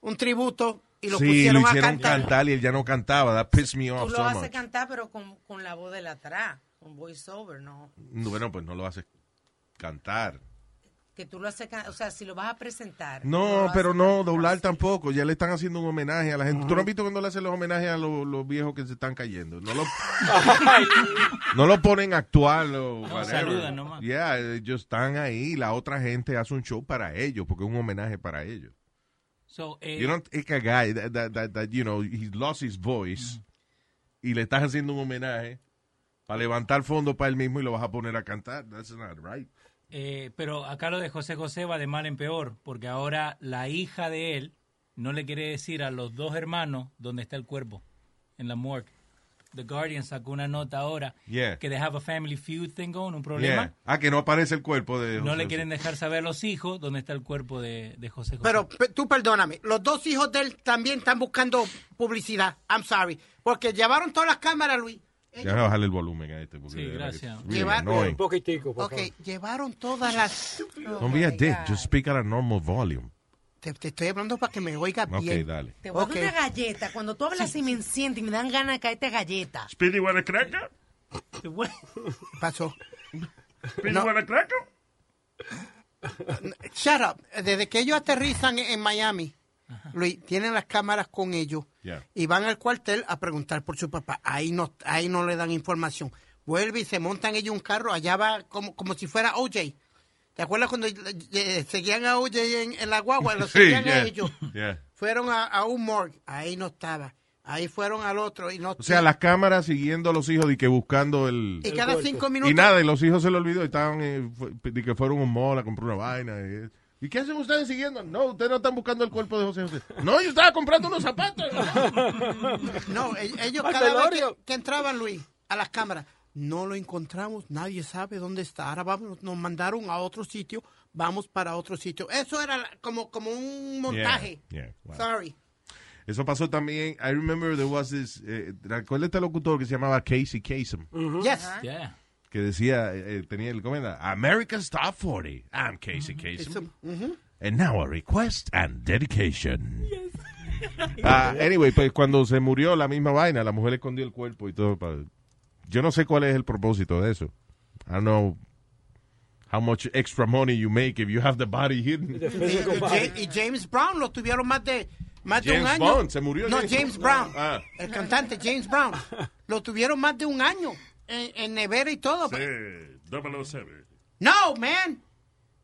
E: un tributo y lo
D: sí,
E: pusieron
D: lo hicieron
E: a cantar.
D: cantar y él ya no cantaba. That pissed me
F: Tú
D: off
F: lo
D: Oh, so
F: haces
D: much.
F: cantar, pero con, con la voz del atrás, con voiceover, ¿no?
D: No, Bueno, pues no lo haces cantar.
F: Que tú lo haces, can- o sea, si lo vas a presentar.
D: No, pero no, doblar tampoco. Ya le están haciendo un homenaje a la gente. ¿Tú no has visto cuando le hacen los homenajes a los, los viejos que se están cayendo? No
H: *laughs*
D: lo, no lo ponen a actuar. o whatever.
H: saludan nomás.
D: Yeah, ellos están ahí. La otra gente hace un show para ellos, porque es un homenaje para ellos.
H: So, eh,
D: You don't take a guy that, that, that, that, you know, he lost his voice y le estás haciendo un homenaje para levantar fondo para él mismo y lo vas a poner a cantar. That's not right.
H: eh, pero acá lo de José José va de mal en peor, porque ahora la hija de él no le quiere decir a los dos hermanos dónde está el cuerpo, en la morgue. The Guardian sacó una nota ahora
D: Yeah.
H: que they have a family feud thing going, un problema.
D: Yeah. Ah, que no aparece el cuerpo de
H: No
D: José
H: le
D: José.
H: quieren dejar saber a los hijos dónde está el cuerpo de, de José José.
E: Pero pe- tú perdóname, los dos hijos de él también están buscando publicidad. I'm sorry. Porque llevaron todas las cámaras, Luis.
D: Déjame bajarle el volumen a este. Porque
H: Sí,
D: de verdad que
H: gracias.
D: it's really
E: Llevar-
D: annoying.
J: poquitico, por
E: Ok, llevaron todas las...
D: Don't be a dick. Just speak at a normal volume.
E: Te, te estoy hablando para que me oiga
D: Ok,
E: bien.
D: dale.
F: Te voy a
E: Ok.
F: dar una galleta. Cuando tú hablas y me enciende y me dan ganas de caerte galleta.
G: Speedy wanna cracker?
E: Pasó.
G: Speedy
E: No.
G: wanna cracker?
E: Shut up. Desde que ellos aterrizan en en Miami, Luis, tienen las cámaras con ellos
O: Yeah.
E: y van al cuartel a preguntar por su papá. Ahí no, ahí no le dan información. Vuelve y se montan ellos un carro, allá va como, como si fuera OJ. ¿Te acuerdas cuando eh, seguían a OJ en, en la guagua?
D: *laughs*
E: Lo seguían a
D: yeah.
E: ellos.
D: Yeah.
E: Fueron a, a un morgue, ahí no estaba. Ahí fueron al otro y no
D: O sea, las cámaras siguiendo a los hijos y que buscando el...
E: Y cada cinco minutos...
D: Y nada, y los hijos se lo olvidó. Estaban, eh, fue- de que fueron a un mall a comprar una vaina. y- ¿Y qué hacen ustedes siguiendo? No, ustedes no están buscando el cuerpo de José José. No, yo estaba comprando unos zapatos.
E: No, e- ellos cada vez que, que entraban, Luis, a las cámaras, no lo encontramos, nadie sabe dónde está. Ahora vamos, nos mandaron a otro sitio, vamos para otro sitio. Eso era la- como, como un montaje.
D: Yeah, yeah, wow.
E: Sorry.
D: Eso pasó también. I remember there was this. Eh, ¿Recuerda este locutor que se llamaba Casey Kasem?
E: Yes.
H: Yeah.
D: Que decía, eh, eh, tenía el comentario: America's Top 40. I'm Casey Kasem. And now a request and dedication. *laughs* Ah, anyway, pues cuando se murió la misma vaina, la mujer escondió el cuerpo y todo. pa- Yo no sé cuál es el propósito de eso. I don't know how much extra money you make if you have the body hidden.
E: Y, mm, y Ja- y James Brown lo tuvieron más de, más de un
D: James
E: año.
D: Bond, se murió
E: No,
D: James-
E: James Brown.
D: Ah.
E: El cantante James Brown. Lo tuvieron más de un año en, en nevera y todo.
G: *laughs*
D: *laughs*
G: Sí, 007.
E: No, man.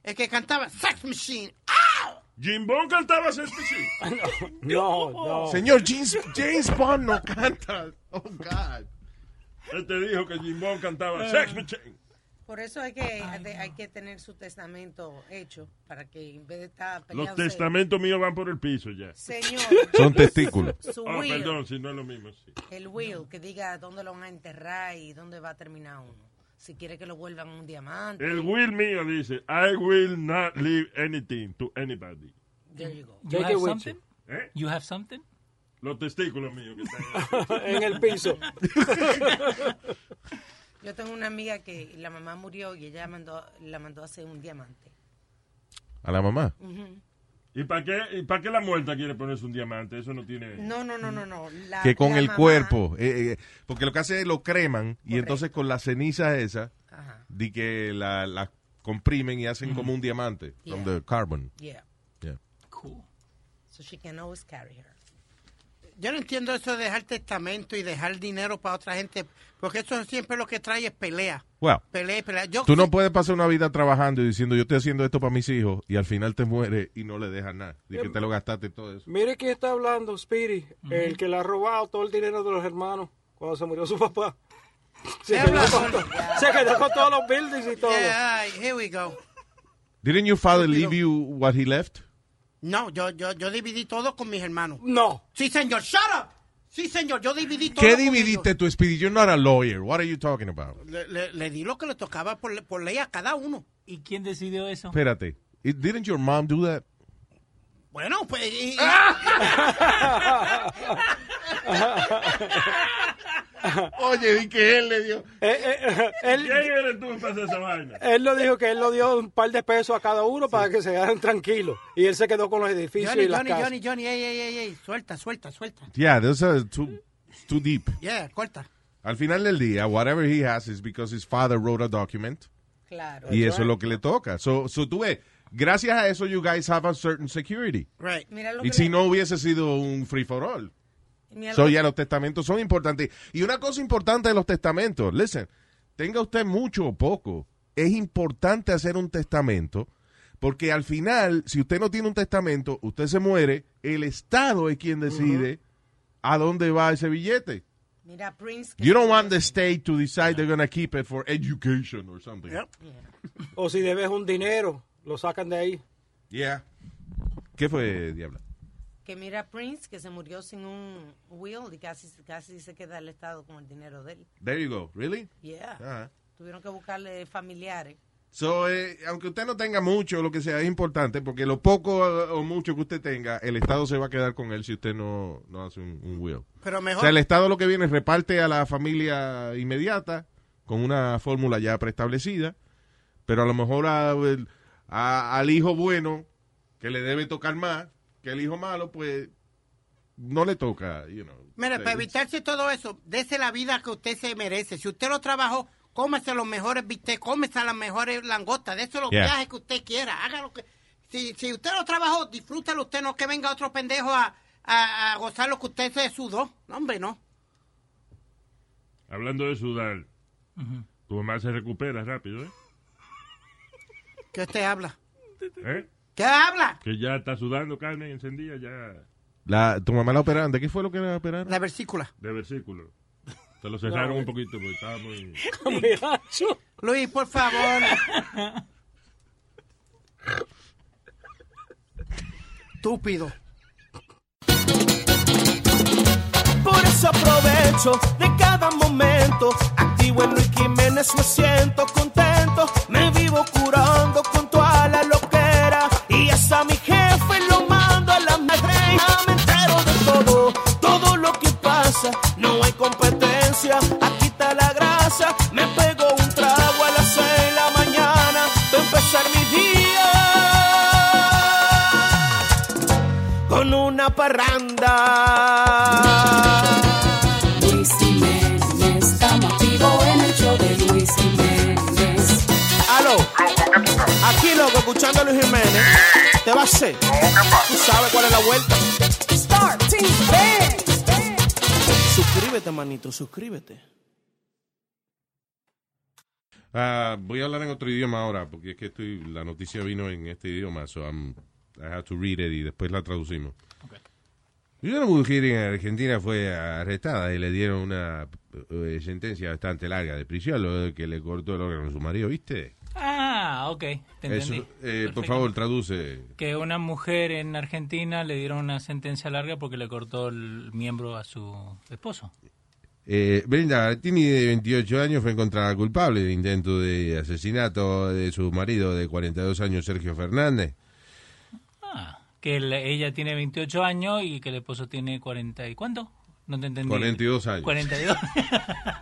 E: El que cantaba Sex Machine.
G: Jim Bond cantaba Sex Machine.
J: No, no.
D: Señor, James, James Bond no canta. Oh, God. Eh.
G: Él te dijo que Jimbón cantaba Sex Machine.
F: Por eso hay que, hay, hay que tener su testamento hecho para que en vez de estar
G: Los
F: peleándose-
G: testamentos míos van por el piso ya.
F: Señor.
D: *laughs* Son testículos.
F: Su
G: Ah,
F: will.
G: perdón, si no es lo mismo. sí.
F: El will que diga dónde lo van a enterrar y dónde va a terminar uno. Si quiere que lo vuelvan un diamante.
G: El will mío dice, I will not leave anything to anybody.
F: There you go.
H: You
G: Take
H: have
G: it with
H: something? You have something?
G: Los testículos míos que están
J: *laughs* En el piso.
F: Yo tengo una amiga que la mamá murió y ella mandó, la mandó a hacer un diamante.
D: A la mamá.
F: Ujú.
G: ¿Y para qué, y pa' qué la muerta quiere ponerse un diamante? Eso no tiene...
F: No, no, no, no, no. La-
D: que con
F: la
D: el
F: mamá-
D: cuerpo. eh, eh, porque lo que hace es lo creman y entonces con las cenizas esas,
F: Ajá.
D: di que la, la comprimen y hacen como un diamante. From
F: Yeah.
D: the carbon.
F: Yeah.
D: Yeah.
F: Cool. So she can always carry her.
E: Yo no entiendo eso de dejar testamento y dejar dinero para otra gente, porque eso siempre lo que trae es pelea.
D: Well,
E: Pelea, y pelea.
F: *laughs*
E: Yo,
D: Tú no puedes pasar una vida trabajando y diciendo yo estoy haciendo esto para mis hijos y al final te mueres y no le dejas nada. Y que te lo gastaste todo eso.
J: Mire quién está hablando, Spiri, el que le ha robado todo el dinero de los hermanos cuando se murió su papá. Se quedó, con, se quedó con todos los buildings y todo.
E: Yeah, here we go.
D: Didn't your father leave you what he left?
E: No, yo, yo, yo dividí todo con mis hermanos.
J: No.
E: Sí, señor, shut up. Sí, señor, yo dividí todo.
D: ¿Qué
E: con mis-
D: dividiste tú, Speedy? You're not a lawyer. What are you talking about?
E: Le, le- le di lo que le tocaba por, le- por ley a cada uno.
H: ¿Y quién decidió eso?
D: Espérate. It- didn't your mom do that?
E: Bueno, pues. y- y-
D: *laughs* Oye, di que él le dio.
J: eh, él-
G: ¿Quién eres tú para hacer esa vaina?
J: Él lo dijo que él lo dio un par de pesos a cada uno para que se quedaran tranquilos. Y él se quedó con los edificios
E: Johnny,
J: y las
E: Johnny,
J: casas.
E: Johnny, Johnny, ey, ey, ey, ey, suelta, suelta, suelta.
D: Yeah, that's uh, too, it's too deep.
E: Yeah, corta.
D: Al final del día, whatever he has is because his father wrote a document.
F: Claro.
D: Y eso es lo que le toca. So, so tú ves, gracias a eso you guys have a certain security.
E: Right.
F: Mira lo
D: Y
F: que
D: si
F: le-
D: no hubiese sido un free for all.
F: mira
D: So
F: lo-
D: ya los testamentos son importantes. Y una cosa importante de los testamentos, listen, tenga usted mucho o poco, es importante hacer un testamento porque al final, si usted no tiene un testamento, usted se muere, el Estado es quien decide a dónde va ese billete.
F: Mira, Prince. que-
D: You don't want the state to decide they're going to keep it for education or something.
J: O si debes un dinero, lo sacan de ahí.
D: Yeah. ¿Qué fue, Diabla?
F: Que mira, Prince, que se murió sin un will y casi, casi se queda el Estado con el dinero de él.
D: There you go. Really? Uh-huh.
F: Yeah.
D: Ajá.
F: Tuvieron que buscarle familiares.
D: So, eh, aunque usted no tenga mucho, lo que sea, es importante porque lo poco eh, o mucho que usted tenga, el Estado se va a quedar con él si usted no, no hace un, un will.
E: Pero mejor-
D: O sea, el Estado lo que viene es reparte a la familia inmediata con una fórmula ya preestablecida, pero a lo mejor a- el- a- al hijo bueno, que le debe tocar más, que el hijo malo, pues no le toca, you know.
E: Mira,
D: Sí.
E: para evitarse todo eso, dése la vida que usted se merece. Si usted lo trabajó, cómese los mejores bistecs, cómese las mejores langostas, dése los
D: Yeah.
E: viajes que usted quiera, haga lo que... Si, si usted lo trabajó, disfrútalo usted, no que venga otro pendejo a, a- a gozar lo que usted se sudó. No, hombre, no.
G: Hablando de sudar, tu mamá se recupera rápido, ¿eh?
E: ¿Qué usted habla?
G: ¿Eh?
E: ¿Qué habla?
G: Que ya está sudando Carmen encendida, ya
D: La- tu mamá la operaron. ¿De qué fue lo que la operaron?
E: La versícula.
G: de versículo. Te lo cerraron
E: No.
G: un poquito porque estaba muy...
E: Luis, por favor. Estúpido.
P: Por eso aprovecho de cada momento. Activo en Luis Jiménez, me siento contento. Me vivo curando con toda la loquera. Y hasta mi jefe lo mando a la madre. Ya me entero de todo, todo lo que pasa. No hay competencia, aquí está la grasa. Me pego un trago a las seis de la mañana. Para empezar mi día con una parranda.
L: Luis Jiménez, estamos activos en el show de Luis Jiménez.
P: Aló, aquí loco, escuchando a Luis Jiménez. ¿Te va a hacer? Tú sabes cuál es la vuelta. Suscríbete, manito, suscríbete.
D: Ah, voy a hablar en otro idioma ahora, porque es que estoy, la noticia vino en este idioma, so I'm- I have to read it y después la traducimos. Y una mujer en Argentina fue arrestada y le dieron una eh, sentencia bastante larga de prisión, lo de que le cortó el órgano a su marido, ¿viste?
H: Ah, ok. Te entendí.
D: Eso, eh, por favor, traduce.
H: Que una mujer en Argentina le dieron una sentencia larga porque le cortó el miembro a su esposo.
D: Eh, Brenda Martini, de 28 años, fue encontrada culpable de intento de asesinato de su marido de 42 años, Sergio Fernández.
H: Ah, que el- ella tiene 28 años y que el esposo tiene 40 y cuánto? No te entendí.
D: 42 años.
H: 42.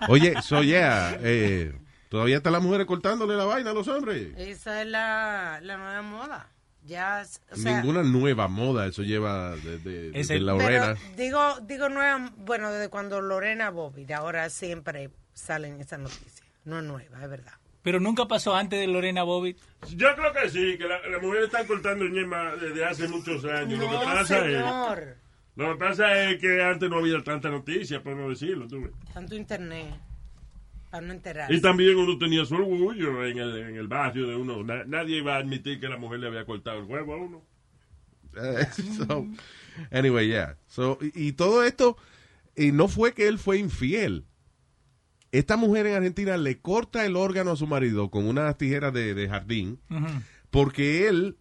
D: Oye, soy ya. eh, Todavía está la mujer cortándole la vaina a los hombres.
F: Esa es la, la nueva moda. Ya, o sea,
D: Ninguna nueva moda, eso lleva desde de,
H: Es
D: de
H: el-
D: la
F: pero
D: horrera.
F: digo, digo nueva, bueno, desde cuando Lorena Bobby, de ahora siempre salen esas noticias. No es nueva, es verdad.
H: *laughs* Pero nunca pasó antes de Lorena Bobbitt. *laughs*
G: Yo creo que sí, que la- las mujeres están cortando ñema desde hace muchos años. lo que pasa es. Lo que pasa es que antes no había tanta noticia, por no decirlo. tú ves.
F: Tanto internet. Para no enterarse.
G: Y también uno tenía su orgullo en el, en el barrio de uno. Na- nadie iba a admitir que la mujer le había cortado el huevo a uno.
D: So, anyway, yeah. So, y, y todo esto, y no fue que él fue infiel. Esta mujer en Argentina le corta el órgano a su marido con unas tijeras de, de jardín porque él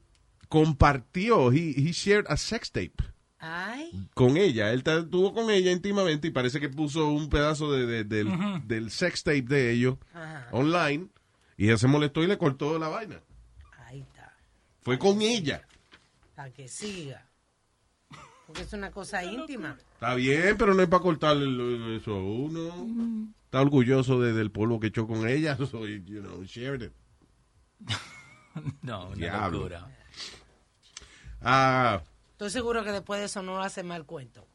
D: compartió, he, he shared a sex tape
F: Ay.
D: con ella. Él ta- estuvo con ella íntimamente y parece que puso un pedazo de, de- del,
F: Ujú.
D: del sex tape de ellos
F: Ajá.
D: online y ella se molestó y le cortó la vaina.
F: Ahí está.
D: Fue con ella.
F: Para que siga. Porque es una cosa íntima.
D: Está bien, pero no es para cortarle lo- eso a uno. Está orgulloso de- del polvo que echó con ella. *laughs* So, you know, shared it.
H: No, una
D: Diablo.
H: locura.
D: Ah,
F: Estoy seguro que después de eso no hace mal cuento.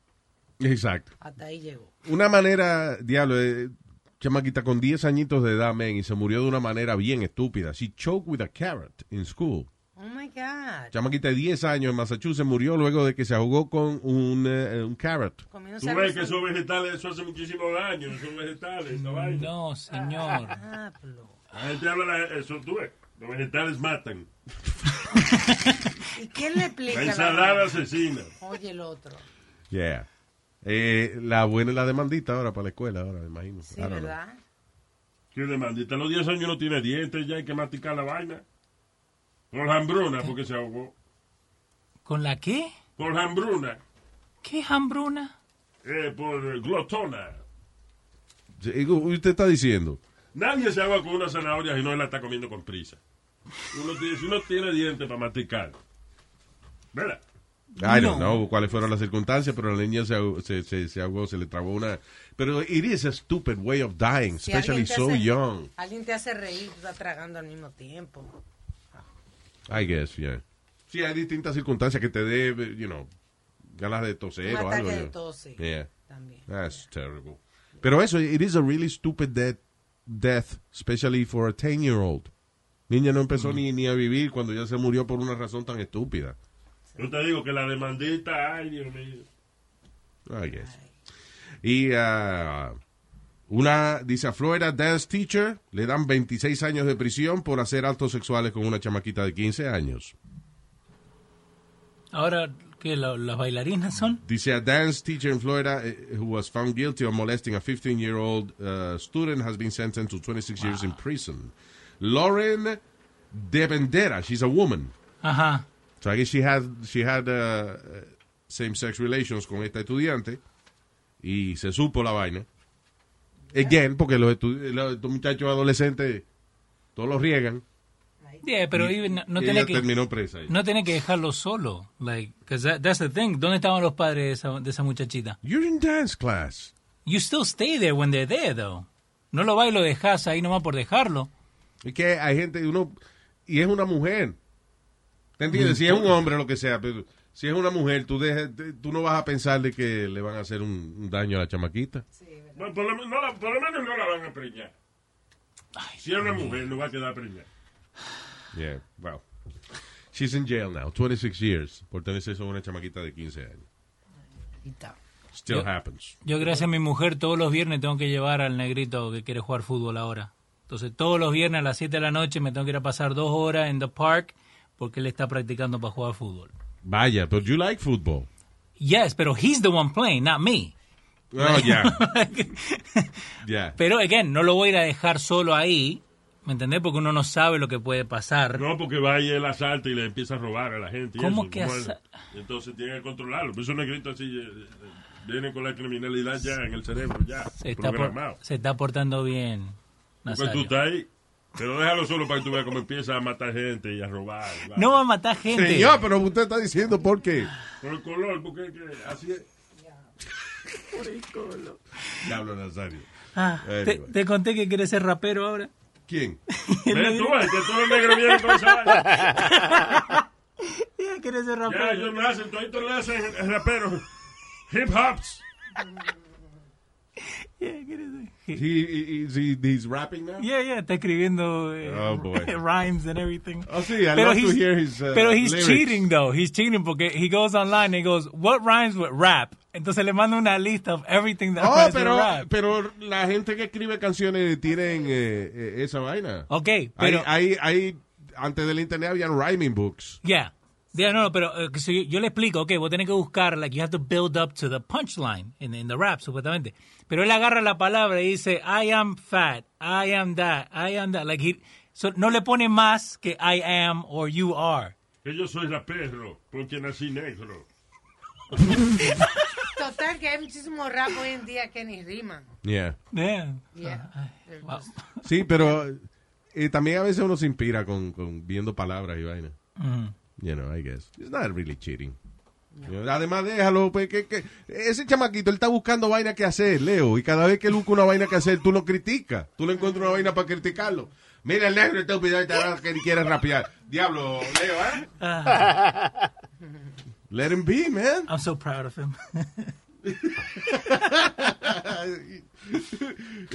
D: exacto.
F: Hasta ahí llegó.
D: Una manera, diablo, eh, chamaquita con 10 añitos de edad, men, y se murió de una manera bien estúpida. She choked with a carrot in school.
F: Oh my God.
D: Chamaquita de 10 años en Massachusetts murió luego de que se ahogó con un, eh, un carrot.
F: Comiendo
G: Tú ves que esos vegetales, eso hace muchísimos años, esos vegetales, esa vaina.
H: No, señor.
G: La gente habla de eso, tú ves. Los vegetales matan.
F: ¿Y qué le explica?
G: La
F: la-
G: ensalada asesina.
F: Oye, el otro.
D: Yeah. Eh, la buena es la demandita ahora para la escuela, ahora me imagino. I
F: Sí,
D: don't know.
F: ¿verdad?
G: ¿Qué demandita? A los 10 años no tiene dientes, ya hay que masticar la vaina. Por hambruna, porque se ahogó.
H: ¿Con la qué?
G: Por hambruna.
H: ¿Qué hambruna?
G: Eh, por glotona.
D: Digo, Usted está diciendo.
G: Nadie se ahoga con una zanahoria si no la está comiendo con prisa. Uno tiene, si uno tiene dientes para masticar. ¿Verdad?
D: I
G: No.
D: don't know cuáles fueron las circunstancias, pero la niña se, ahog- se, se, se ahogó, se le trabó una... Pero it is a stupid way of dying,
F: Si
D: especially
F: alguien te
D: so
F: hace-
D: young,
F: Alguien te hace reír, tú estás tragando al mismo tiempo.
D: I guess, yeah. Sí, hay distintas circunstancias que te dé, you know, ganas de toser
F: Un
D: o
F: ataque
D: algo.
F: de
D: yo-
F: tos, sí,
D: Yeah.
F: también.
D: That's terrible. Pero eso, it is a really stupid de- death, especially for a 10-year-old. Niña no empezó ni, ni a vivir cuando ya se murió por una razón tan estúpida.
G: Yo te digo que la demandita, ay, Dios mío.
D: I guess. Y ah, una, dice a Florida Dance Teacher, le dan 26 años de prisión por hacer actos sexuales con una chamaquita de 15 años.
H: Ahora, ¿qué? la- ¿Las bailarinas son?
D: Dice a dance teacher in Florida eh, who was found guilty of molesting a 15-year-old uh, student has been sentenced to 26 years in prison. Lauren De Vendera, she's a woman.
H: Ajá.
D: So I guess she had, she had uh, same-sex relations con esta estudiante y se supo la vaina. Again, porque los, estu- los estos muchachos adolescentes todos los riegan.
H: Yeah, pero
D: Y-
H: even- no,
D: y
H: tiene
D: ella
H: que
D: terminó presa ahí.
H: No tiene que dejarlo solo, like 'cause that- that's the thing. ¿Dónde estaban los padres de esa, de esa muchachita?
D: You're in dance class.
H: You still stay there when they're there though. No lo vas y lo dejas ahí nomás por dejarlo.
D: Es que hay gente, uno, y es una mujer. ¿Te entiendes? Si es un hombre, lo que sea, pero si es una mujer, tú, dejas- te- tú no vas a pensar de que le van a hacer un, un daño a la chamaquita.
G: Bueno, por, lo, men- no la- por lo menos no la van a preñar. si es una mujer, no va a quedar preñada.
D: Yeah, wow. She's in jail now, 26 years, por tener sexo con una chamaquita de 15 años. Still
H: Yo-
D: happens.
H: Yo gracias a mi mujer todos los viernes tengo que llevar al negrito que quiere jugar fútbol ahora. Entonces todos los viernes a las 7 de la noche me tengo que ir a pasar dos horas en the park porque él está practicando para jugar fútbol.
D: Vaya, pero you like football.
H: Yes, pero he's the one playing, not me.
D: Oh,
H: *laughs*
D: yeah. yeah.
H: Pero, again, no lo voy a ir a dejar solo ahí, ¿me entendés? Porque uno no sabe lo que puede pasar.
G: No, porque va y él asalta y le empieza a robar a la gente. y
H: ¿Cómo
G: eso,
H: que
G: ¿cómo es?
H: asa-
G: Entonces tiene que controlarlo. Por eso no grito así. eh, eh, Viene con la criminalidad ya en el cerebro, ya.
H: Se está, por-
G: programado.
H: se está portando bien,
G: Porque tú
H: Nazario.
G: estás ahí. Pero déjalo solo para que tú veas cómo empieza a matar gente y a robar. y va.
H: No va a matar gente.
D: Señor, pero usted está diciendo por qué.
G: Por el color, porque es que así es. Por el color.
D: Diablo Nazario.
H: Ah, te,
D: Anyway.
H: te conté que quieres ser rapero ahora.
D: ¿Quién?
H: El
G: Ve
H: negro.
G: tú, este, es que todos los negros vienen con esa vaina.
H: Ya, quieres ser
G: Ya,
H: rapero.
G: ellos nacen, toditos nacen raperos. Hip hops.
D: He, he- he's- he- he's rapping now?
H: Yeah, yeah, está escribiendo eh,
D: Oh, boy.
H: *laughs* rhymes and everything.
D: Oh, sí, I love to
H: he's-
D: hear his, uh,
H: pero he's
D: lyrics.
H: cheating though. He's cheating porque he goes online and he goes, "What rhymes with rap?" Entonces le manda una lista of everything that
D: Oh,
H: rhymes
D: pero,
H: with rap.
D: pero la gente que escribe canciones tienen eh, eh, esa vaina.
H: Ok,
D: Hay,
H: Oh, pero-
D: hay, hay- antes del internet habían rhyming books.
H: Yeah. Yeah, no, no, pero eh, so yo, yo le explico, ok, vos tenés que buscar, like, you have to build up to the punchline in, in the rap, supuestamente. Pero él agarra la palabra y dice, I am fat, I am that, I am that. Like, he, so no le pone más que I am or you are.
G: Que yo soy rapero, porque nací negro.
F: Total, que hay muchísimo rap hoy en día que ni riman.
D: Yeah.
H: Yeah. Ah.
F: Yeah.
H: *laughs*
D: Sí, pero eh, también a veces uno se inspira con, con viendo palabras y vaina.
H: Ujú.
D: You know, I guess. It's not really cheating. You know, Además, déjalo, pues, que, que- ese chamaquito, él está buscando vaina que hacer, Leo, y cada vez que él busca una vaina que hacer, tú lo criticas, tú le encuentras una vaina para criticarlo. Mira el negro estúpido este que quiere rapear. Diablo, Leo, ¿eh? Let him be, man. *laughs*
H: I'm so proud of him. *laughs*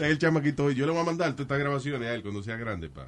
D: El chamaquito, yo le voy a mandar todas estas grabaciones a él cuando sea grande, pa.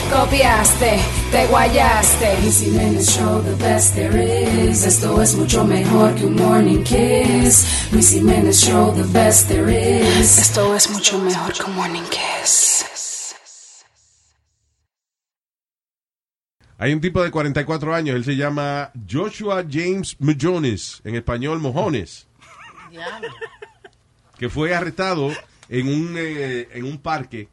L: Copiaste, te guayaste. Luis Jiménez Show, the best there is. Esto es mucho mejor que un morning kiss. Luis Jiménez Show, the best there is. Esto es mucho mejor que un morning kiss.
D: Hay un tipo de 44 años, él se llama Joshua James Mojones, en español Mojones, que fue arrestado en un, eh, en un parque.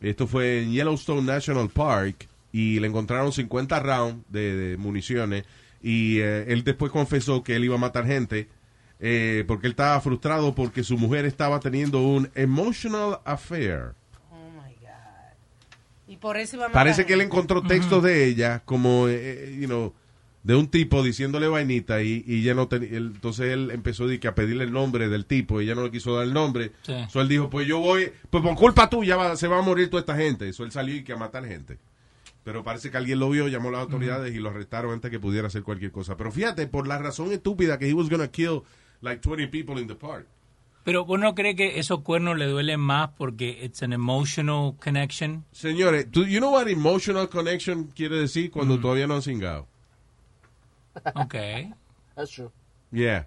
D: Esto fue en Yellowstone National Park y le encontraron 50 rounds de, de municiones y eh, él después confesó que él iba a matar gente eh, porque él estaba frustrado porque su mujer estaba teniendo un emotional affair.
F: Y por eso iba a matar
D: Parece que él
F: gente.
D: encontró textos de ella, como, eh, you know, de un tipo diciéndole vainita y, y ella no tenía, entonces él empezó de que a pedirle el nombre del tipo y ella no le quiso dar el nombre.
H: Sí.
D: So él dijo, pues yo voy, pues por culpa tuya va- se va a morir toda esta gente. So él salió y que a matar gente. Pero parece que alguien lo vio, llamó a las autoridades y lo arrestaron antes que pudiera hacer cualquier cosa. Pero fíjate, por la razón estúpida que he was gonna kill like 20 people in the park.
H: Pero ¿vos no crees que esos cuernos le duelen más porque it's an emotional connection?
D: Señores, ¿tú- you know what emotional connection quiere decir cuando todavía no han cingado?
H: Okay.
N: That's true.
D: Yeah.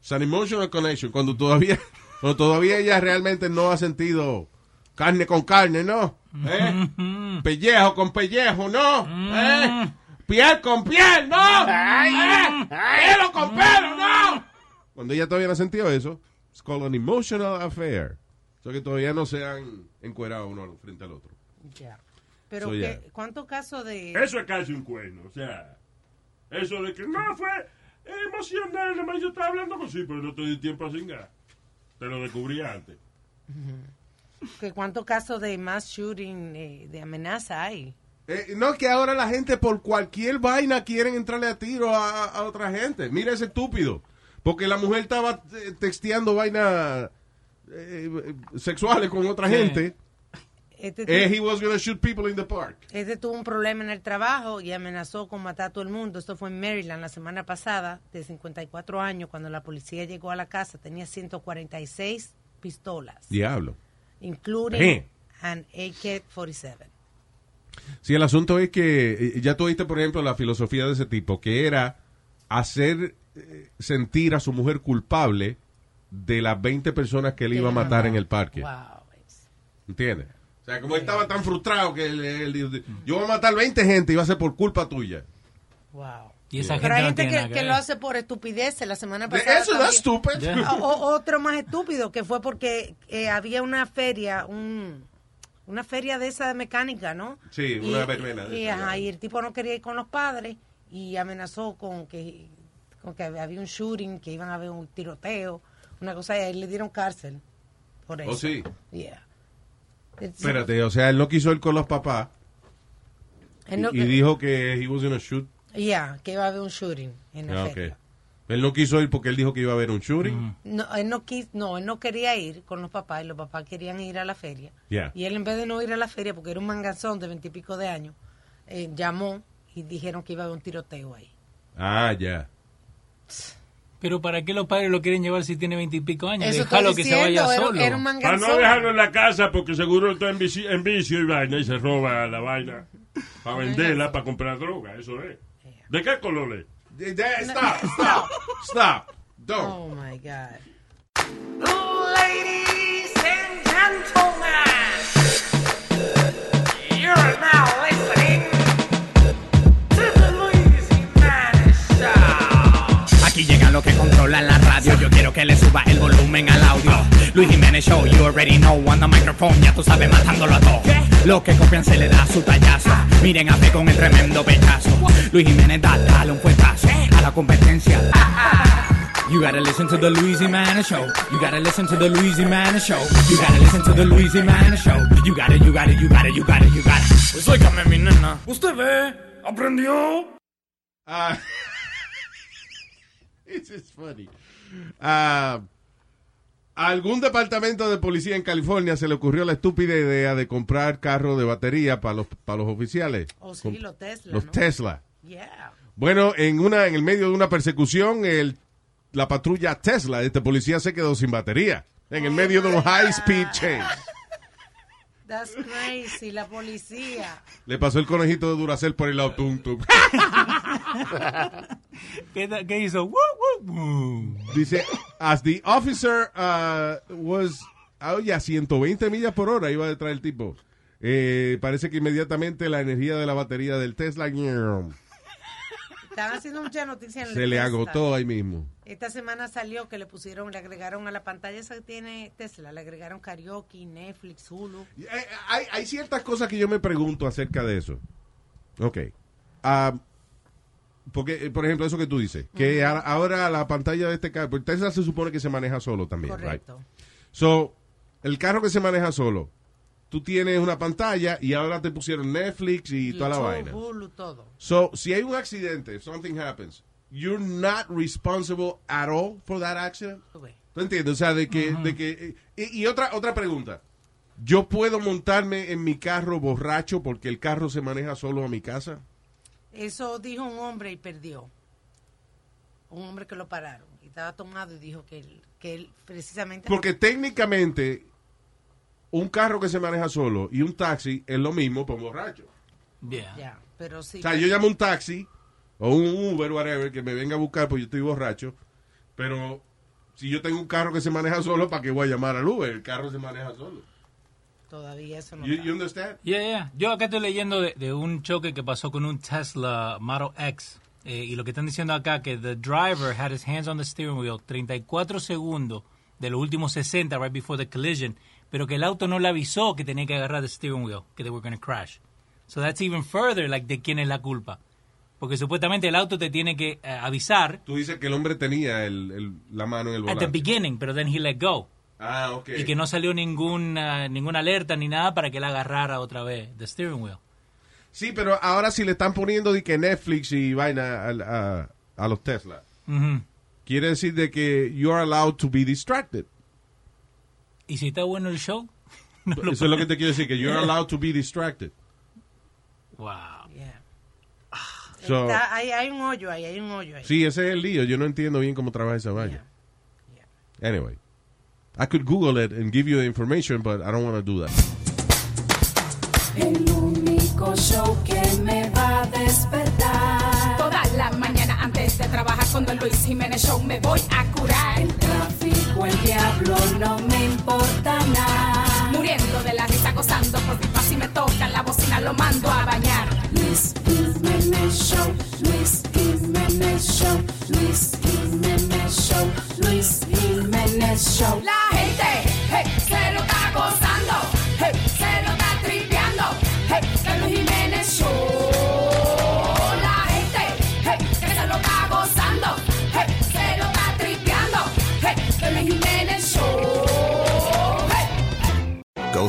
D: It's an emotional connection. Cuando todavía, *laughs* cuando todavía ella realmente no ha sentido carne con carne, ¿no? ¿Eh? Pellejo con pellejo, ¿no? ¿Eh? Piel con piel, ¿no? ¿Eh? Pelo con pelo, ¿no? Cuando ella todavía no ha sentido eso, it's called an emotional affair. O sea que todavía no se han encuerado uno frente al otro.
F: Ya. Pero,
D: So,
F: que-
D: yeah.
F: ¿cuántos casos de...?
G: Eso es casi un cuerno, o sea. Eso de que no fue emocional, nada más yo estaba hablando con sí, pero no te di tiempo a cingar. Te lo descubrí antes.
F: que ¿Cuántos casos de mass shooting, eh, de amenaza hay?
D: Eh, no, que ahora la gente por cualquier vaina quieren entrarle a tiro a, a otra gente. Mira ese estúpido. Porque la mujer estaba eh, texteando vainas eh, eh, sexuales con otra
F: Sí.
D: gente.
F: Este
D: Eh,
F: tipo-
D: he was gonna shoot people in the park.
F: Este tuvo un problema en el trabajo y amenazó con matar a todo el mundo. Esto fue en Maryland la semana pasada, de 54 años, cuando la policía llegó a la casa. Tenía 146 pistolas,
D: Diablo.
F: including
D: Eh.
F: an AK-47.
D: Sí, el asunto es que eh, ya tú oíste, por ejemplo, la filosofía de ese tipo, que era hacer eh, sentir a su mujer culpable de las 20 personas que él iba a matar en el parque. ¿Entiendes? O sea, como él estaba tan frustrado que él- él dijo, yo voy a matar 20 gente y va a ser por culpa tuya.
F: Wow.
H: Y esa
F: Pero hay
H: gente
F: gente
H: no tiene
F: que,
H: nada que
F: que
H: ver.
F: lo hace por estupideces. La semana pasada.
H: eso,
F: también-
H: that's stupid. Yeah.
D: *laughs*
F: O- Ah, o- otro más estúpido que fue porque eh, había una feria, un- una feria de esa de mecánica, ¿no?
D: Sí,
F: Y-
D: una verbena. de
F: Y,
D: esas.
F: ajá, y el tipo no quería ir con los padres y amenazó con que, con que había un shooting, que iban a haber un tiroteo, una cosa, y ahí le dieron cárcel por eso.
D: Oh, sí.
F: Yeah. It's-
D: Espérate, o sea, él no quiso ir con los papás
F: Él no-
D: y, y dijo que he was gonna shoot.
F: Yeah, que iba a haber un shooting en la
D: Ah,
F: feria.
D: ok. Él no quiso ir porque él dijo que iba a haber un shooting.
H: Mm.
F: No, él no, quis- no, él no quería ir con los papás y los papás querían ir a la feria.
D: Yeah.
F: Y él en vez de no ir a la feria, porque era un manganzón de veintipico de años, eh, llamó y dijeron que iba a haber un tiroteo ahí.
D: Ah, ya.
H: Pero ¿para qué los padres lo quieren llevar si tiene veintipico años?
F: Eso
H: Déjalo
F: estoy
H: que se vaya
F: diciendo, era-
H: solo.
F: era un man-
G: Para no
F: Ganzón.
G: dejarlo en la casa porque seguro está en vici- en vicio, y vaina y se roba la vaina. Para venderla, para comprar droga, eso es. ¿De qué color es?
D: Stop, stop, stop. Don't.
F: Oh my God.
C: Ladies and gentlemen, you're now listening to the Luis Jimenez Show.
Q: Aquí llegan los que controlan la radio. Yo quiero que le suba el volumen al audio. Luis Jiménez Show, you already know. On the microphone, ya tú sabes, matándolo a todo. Lo que copian se le da su tallazo. Miren a Fe con el tremendo pechazo. Luis Jiménez, da, dale un fuetazo a la competencia. You gotta listen to the Luis Jiménez Show. You gotta listen to the Luis Jiménez Show. You gotta listen to the Luis Jiménez Show. You gotta, you gotta, you gotta, you gotta, you gotta. Pues óigame, mi nena. Usted ve, aprendió.
D: Ah. *laughs* This is funny. Ah, a algún departamento de policía en California se le ocurrió la estúpida idea de comprar carros de batería para los, para los oficiales.
F: Oh, sí,
D: Com-
F: los Tesla,
D: Los
F: ¿no?
D: Tesla.
F: Yeah.
D: Bueno, en, una, en el medio de una persecución, el, la patrulla Tesla de este policía se quedó sin batería. En el medio de un high speed chase.
F: That's crazy, la policía.
D: Le pasó el conejito de Duracell por el lado. Tum, tum. *laughs*
H: ¿Qué, da- qué hizo? Woo, woo, woo.
D: Dice, as the officer uh, was, ah, oye, a 120 millas por hora iba detrás del tipo. Eh, parece que inmediatamente la energía de la batería del Tesla ñam,
F: Están haciendo mucha noticia en el
D: se le
F: Tesla.
D: agotó ahí mismo.
F: Esta semana salió que le pusieron, le agregaron a la pantalla esa que tiene Tesla, le agregaron karaoke, Netflix, Hulu.
D: eh, Hay, hay ciertas cosas que yo me pregunto acerca de eso. Ok. Ah, porque, eh, por ejemplo, eso que tú dices, que a- ahora la pantalla de este carro, porque Tesla se supone que se maneja solo también,
F: Correcto.
D: right? So, el carro que se maneja solo, tú tienes una pantalla y ahora te pusieron Netflix y toda la
F: YouTube,
D: vaina.
F: Hulu, todo.
D: So, si hay un accidente, if something happens, you're not responsible at all for that accident. ¿Tú entiendes? O sea, de que... de que eh, y y otra, otra pregunta. ¿Yo puedo montarme en mi carro borracho porque el carro se maneja solo a mi casa?
F: Eso dijo un hombre y perdió. Un hombre que lo pararon. Y estaba tomado y dijo que él, que él precisamente...
D: Porque técnicamente, un carro que se maneja solo y un taxi es lo mismo por borracho.
F: Ya, pero sí.
D: O sea, yo llamo un taxi o un Uber, whatever, que me venga a buscar porque yo estoy borracho. Pero si yo tengo un carro que se maneja solo, ¿para qué voy a llamar al Uber? El carro se maneja solo.
F: Todavía eso no
D: You,
F: está.
D: you understand?
H: Yeah, yeah. Yo acá estoy leyendo de, de un choque que pasó con un Tesla Model X. eh, y lo que están diciendo acá que the driver had his hands on the steering wheel 34 segundos de los últimos 60 right before the collision, pero que el auto no le avisó que tenía que agarrar the steering wheel, que they were going to crash. So that's even further like de quién es la culpa. Porque supuestamente el auto te tiene que eh, avisar
D: Tú dices que el hombre tenía el- el- la mano en el
H: at the
D: volante.
H: beginning, pero then he let go.
D: Ah, ok.
H: Y que no salió ninguna ninguna alerta ni nada para que la agarrara otra vez the steering wheel.
D: Sí, pero ahora si le están poniendo de que Netflix y vaina al- a, a los Tesla.
H: Ujú.
D: Quiere decir de que you are allowed to be distracted.
H: Y si está bueno el show, *laughs* no lo
D: Eso es lo que te quiero decir, que you are allowed to be distracted.
H: Wow.
D: Ah. So,
F: Está- hay, hay un hoyo ahí, hay un hoyo ahí.
D: sí, ese es el lío. Yo no entiendo bien cómo trabaja esa vaina. Anyway.
R: I could Google it and give you the information, but I don't want to do that.
C: El único show que me va a despertar.
L: Todas las mañanas antes de trabajar con Don Luis Jiménez Show me voy a curar.
C: El tráfico, el diablo, no me importa nada.
L: Muriendo de la risa, gozando por mi paz y me tocan la bocina, lo mando a bañar.
C: Luis Jiménez Show, Luis Jiménez Show, Luis Jiménez Show, Luis Jiménez Show.
L: La gente hey, se lo está gozando, hey, se lo está tripeando, hey, el Luis Jiménez Show. La gente hey, que se lo está gozando, hey, se lo está tripeando, hey, el Luis Jiménez Show. Hey.
D: Go